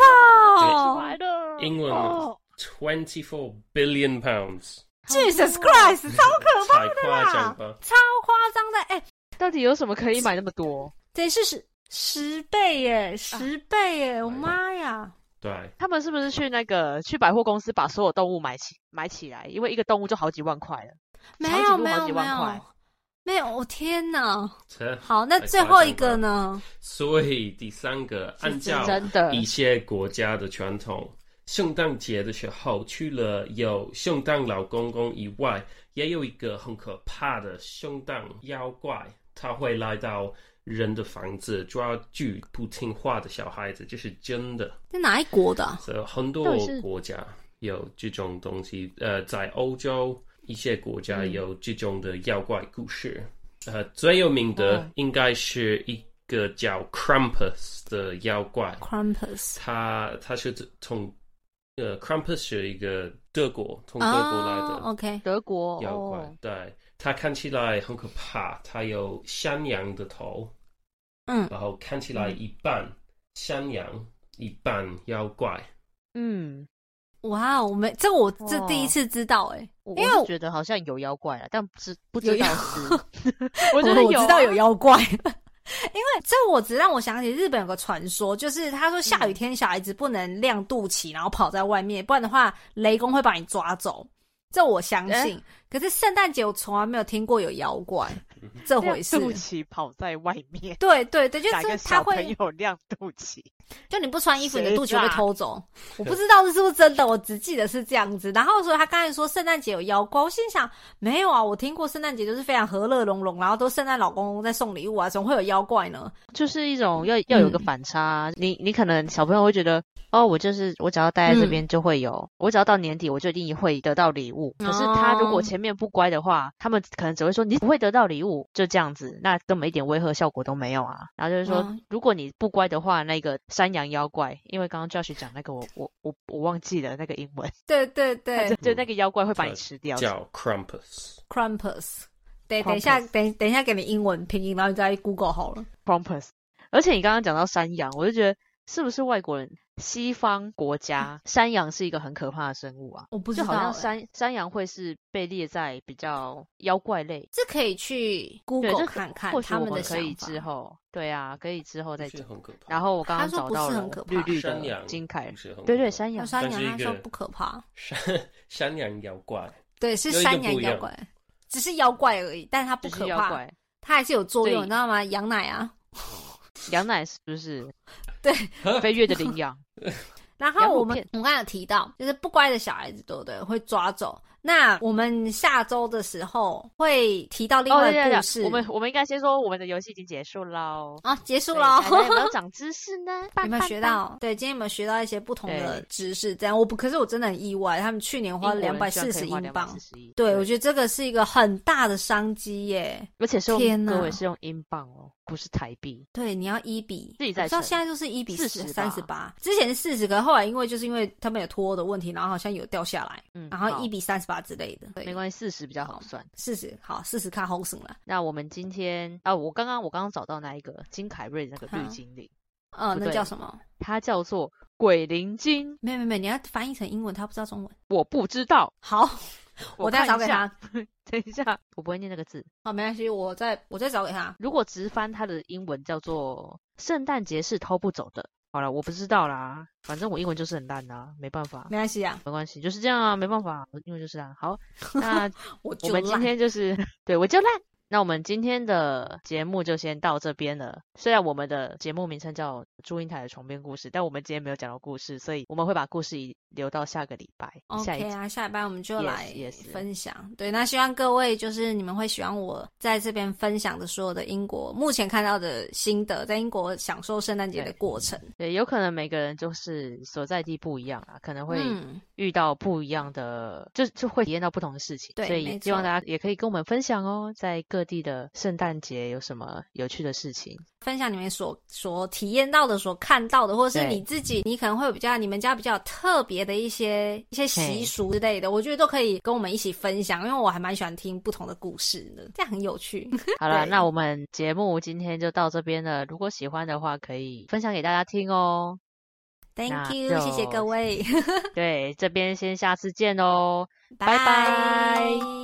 Speaker 3: 靠
Speaker 2: 来了，
Speaker 1: 英文
Speaker 2: 哦
Speaker 1: twenty four billion pounds，
Speaker 3: ！Jesus Christ，超可怕
Speaker 1: 太
Speaker 3: 的
Speaker 1: 夸
Speaker 3: 啦
Speaker 1: 张，吧？
Speaker 3: 超夸张的！哎、
Speaker 2: 到底有什么可以买那么多？
Speaker 3: 这是十十倍耶，十倍耶！我妈呀！
Speaker 1: 对，
Speaker 2: 他们是不是去那个去百货公司把所有动物买起买起来？因为一个动物就好几万块了。
Speaker 3: 没
Speaker 2: 好几
Speaker 3: 有
Speaker 2: 部
Speaker 3: 没
Speaker 2: 好
Speaker 3: 有
Speaker 2: 几
Speaker 3: 没
Speaker 2: 万
Speaker 3: 有
Speaker 2: 块
Speaker 3: 没有，我天哪！
Speaker 1: 这
Speaker 3: 好，那
Speaker 1: 太
Speaker 3: 最
Speaker 1: 夸
Speaker 3: 后
Speaker 1: 张
Speaker 3: 一个
Speaker 1: 了
Speaker 3: 呢？
Speaker 1: 所以第三个，按照
Speaker 2: 真的
Speaker 1: 一些国家的传统，圣诞节的时候，除了有圣诞老公公以外，也有一个很可怕的圣诞妖怪，他会来到人的房子抓住不听话的小孩子，这是真的。
Speaker 3: 那哪一国的啊？
Speaker 1: 所以很多
Speaker 2: 到底是
Speaker 1: 国家有这种东西，呃，在欧洲一些国家
Speaker 2: 嗯
Speaker 1: 有这种的妖怪故事。呃，最有名的
Speaker 2: 哦
Speaker 1: 应该是一个叫 Krampus 的妖怪，
Speaker 3: Krampus
Speaker 1: 他他是从呃 Krampus 是一个德国从德国来
Speaker 3: 啊、
Speaker 1: 的
Speaker 3: o k
Speaker 2: 德国
Speaker 1: 妖怪，
Speaker 2: 哦，
Speaker 1: 对，他看起来很可怕，他有山羊的头，
Speaker 3: 嗯，
Speaker 1: 然后看起来一半山羊，一半妖怪。
Speaker 2: 嗯，
Speaker 3: 哇哦，我没这个我这
Speaker 2: 哇
Speaker 3: 第一次知道哎、
Speaker 2: 我
Speaker 3: 因为
Speaker 2: 我是
Speaker 3: 我
Speaker 2: 觉得好像有妖怪了，但不知不
Speaker 3: 有
Speaker 2: 知道
Speaker 3: 妖
Speaker 2: 是。
Speaker 3: (laughs)
Speaker 2: 我觉
Speaker 3: 哦
Speaker 2: 得
Speaker 3: 我
Speaker 2: 有啊
Speaker 3: 知道有妖怪。 (laughs) 因为这我只让我想起日本有个传说，就是他说下
Speaker 2: 嗯
Speaker 3: 雨天小孩子不能亮肚脐，然后跑在外面，不然的话雷公会把你抓走。这我相
Speaker 2: 哎
Speaker 3: 信。可是圣诞节我从来没有听过有妖
Speaker 2: (laughs)
Speaker 3: 怪这
Speaker 2: 亮
Speaker 3: 回事。
Speaker 2: 啊肚脐跑在外面，
Speaker 3: 对对对，就
Speaker 2: 哪
Speaker 3: 是
Speaker 2: 个
Speaker 3: 他
Speaker 2: 小
Speaker 3: 会
Speaker 2: 朋友亮肚脐？
Speaker 3: 就你不穿衣服，你的
Speaker 2: 谁
Speaker 3: 肚脐会被
Speaker 2: 炸 (laughs)
Speaker 3: 偷走。我不知道这是不是真的，我只记得是这样子。然后所以他刚才说圣诞节有妖怪，我心想没有啊，我听过圣诞节就是非常和乐融融，然后都圣诞老公公在送礼物啊，怎么会有妖怪呢？
Speaker 2: 就是一种要要有一个
Speaker 3: 嗯
Speaker 2: 反差啊、你你可能小朋友会觉得，哦，我就是我只要待在这
Speaker 3: 嗯
Speaker 2: 边就会有，我只要到年底我就一定会得到礼物。可是他如
Speaker 3: 哦
Speaker 2: 果前面不乖的话，他们可能只会说你不会得到礼物，就这样子，那根本一点威吓效果都没有啊。然后就是说，
Speaker 3: 哦
Speaker 2: 如果你不乖的话，那个山羊妖怪，因为刚刚 Josh 讲那个我我我我忘记了那个英文，
Speaker 3: 对对对
Speaker 2: (laughs) 就那个妖怪会把你
Speaker 1: 对
Speaker 2: 吃掉。
Speaker 1: 叫 Crumpus。
Speaker 3: ，Krampus。对，等一下，
Speaker 2: Krampus
Speaker 3: 等等一下，给你英文拼音，然后你再 Google 好了。
Speaker 2: Prompus。而且你刚刚讲到山羊，我就觉得是不是外国人西方国家山羊是一个很可怕的生物啊？
Speaker 3: 我不知
Speaker 2: 就
Speaker 3: 道、
Speaker 2: 好像
Speaker 3: 欸，
Speaker 2: 山山羊会是被列在比较妖怪类，
Speaker 3: 这可以去
Speaker 2: 对，这可
Speaker 3: Google 看看
Speaker 2: 或许
Speaker 3: 他
Speaker 2: 我
Speaker 3: 们的
Speaker 2: 们
Speaker 3: 想
Speaker 2: 可以
Speaker 3: 法
Speaker 2: 之后，对啊，可以之后再
Speaker 1: 不是
Speaker 2: 讲。
Speaker 1: 很可怕。啊
Speaker 2: 然后我刚
Speaker 3: 他
Speaker 2: 刚
Speaker 3: 说
Speaker 2: 找
Speaker 3: 不
Speaker 2: 到
Speaker 3: 是
Speaker 2: 了
Speaker 3: 很可怕
Speaker 2: 绿绿
Speaker 1: 山
Speaker 2: 的
Speaker 1: 羊
Speaker 2: 金凯
Speaker 1: 不，是很可怕
Speaker 2: 对对，山
Speaker 3: 那
Speaker 2: 羊，
Speaker 3: 山
Speaker 1: 但是
Speaker 3: 羊，
Speaker 1: 一
Speaker 3: 啊他说
Speaker 1: 个
Speaker 3: 不可怕，
Speaker 1: 山山羊妖怪，
Speaker 3: 对，是
Speaker 1: 有一个
Speaker 3: 山羊
Speaker 1: 不一
Speaker 3: 妖
Speaker 1: 样
Speaker 3: 怪，只是妖怪而已，但是它不
Speaker 2: 就
Speaker 3: 可
Speaker 2: 是妖
Speaker 3: 怕，
Speaker 2: 怪，
Speaker 3: 它还是有作
Speaker 2: 对
Speaker 3: 用，你知道吗？羊奶啊，
Speaker 2: 羊奶是不是？
Speaker 3: (laughs) 对，
Speaker 2: 飞跃的羚羊，羊
Speaker 3: 然后
Speaker 2: 乳
Speaker 3: 我们
Speaker 2: 片
Speaker 3: 我刚才有提到，就是不乖的小孩子，对不对？会抓走。那我们下周的时候会提到 (laughs) 另
Speaker 2: 哦，
Speaker 3: 外
Speaker 2: 对对
Speaker 3: 的故
Speaker 2: 对，
Speaker 3: 事。
Speaker 2: 我们我们应该先说我们的游戏已经结束喽。
Speaker 3: 啊，结束
Speaker 2: 对
Speaker 3: 喽。
Speaker 2: 大家有没有长知识呢？
Speaker 3: (laughs) 有没有学到？对，今天有没有学到一些不同的
Speaker 2: 对
Speaker 3: 知识？这样我不，可是我真的很意外，他们去年花两百四十英镑。
Speaker 2: 对，
Speaker 3: 对，我觉得这个是一个很大的商机耶。
Speaker 2: 而且是
Speaker 3: 天
Speaker 2: 用
Speaker 3: 哪
Speaker 2: 各位是用英镑哦，不是台币。
Speaker 3: 对，你要一比，
Speaker 2: 自己再
Speaker 3: 我知道
Speaker 2: 乘
Speaker 3: 现在就是一比十
Speaker 2: 40
Speaker 3: 三十八，之前四十，可是后来因为就是因为他们有脱欧的问题，然后好像有掉下来，
Speaker 2: 嗯，
Speaker 3: 然后
Speaker 2: 好
Speaker 3: 一比三十八之类的。对
Speaker 2: 没，关系，四十比较好算。
Speaker 3: 四十好，四十看红绳了。
Speaker 2: 那我们今天啊，我刚刚我刚刚找到那一个金凯瑞的那个绿
Speaker 3: 好
Speaker 2: 精灵，
Speaker 3: 呃，
Speaker 2: 不
Speaker 3: 那
Speaker 2: 对
Speaker 3: 叫什么？
Speaker 2: 它叫做鬼灵精，
Speaker 3: 没有没有没有，你要翻译成英文，他不知道中文。
Speaker 2: 我不知道。
Speaker 3: 好，我
Speaker 2: 看
Speaker 3: 再
Speaker 2: 一
Speaker 3: 找给
Speaker 2: 下。
Speaker 3: 他。
Speaker 2: (laughs) 等一下，我不会念那个字。
Speaker 3: 好，没关系，我再我再找给他。
Speaker 2: 如果直翻它的英文叫做“圣诞节是偷不走的”。好了，我不知道啦，反正我英文就是很烂啦，没办法。
Speaker 3: 没关系啊，
Speaker 2: 没关系，就是这样啊，没办法，因为就是啊。好，那
Speaker 3: 我
Speaker 2: 我
Speaker 3: 就
Speaker 2: 们今
Speaker 3: 烂。
Speaker 2: 天就是对我就烂。那我们今天的节目就先到这边了。虽然我们的节目名称叫《祝英台的床边故事》，但我们今天没有讲到故事，所以我们会把故事遗留到下个礼拜下一
Speaker 3: OK
Speaker 2: 集。
Speaker 3: 啊，下一班我们就
Speaker 2: Yes，
Speaker 3: 来
Speaker 2: yes
Speaker 3: 分享。对，那希望各位就是你们会喜欢我在这边分享的所有的英国目前看到的心得，在英国享受圣诞节的过程。
Speaker 2: 对，有可能每个人就是所在地不一样啊，可能会
Speaker 3: 嗯，
Speaker 2: 遇到不一样的，就就会体验到不同的事情。
Speaker 3: 对
Speaker 2: 所
Speaker 3: 没
Speaker 2: 以希望
Speaker 3: 错
Speaker 2: 大家也可以跟我们分享哦，在各地的圣诞节有什么有趣的事情。
Speaker 3: 分享你们所所体验到的、所看到的，或者是
Speaker 2: 对
Speaker 3: 你自己，你可能会有比较你们家比较特别的一些一些习
Speaker 2: 嘿
Speaker 3: 俗之类的，我觉得都可以跟我们一起分享，因为我还蛮喜欢听不同的故事的，这样很有
Speaker 2: (laughs)
Speaker 3: 趣。
Speaker 2: 好了，
Speaker 3: 对
Speaker 2: 那我们节目今天就到这边了。如果喜欢的话，可以分享给大家听哦。
Speaker 3: Thank
Speaker 2: 那
Speaker 3: you，谢谢
Speaker 2: 就 (laughs)
Speaker 3: 各位，
Speaker 2: 对，这边先下次见哦。拜
Speaker 3: 拜
Speaker 2: 拜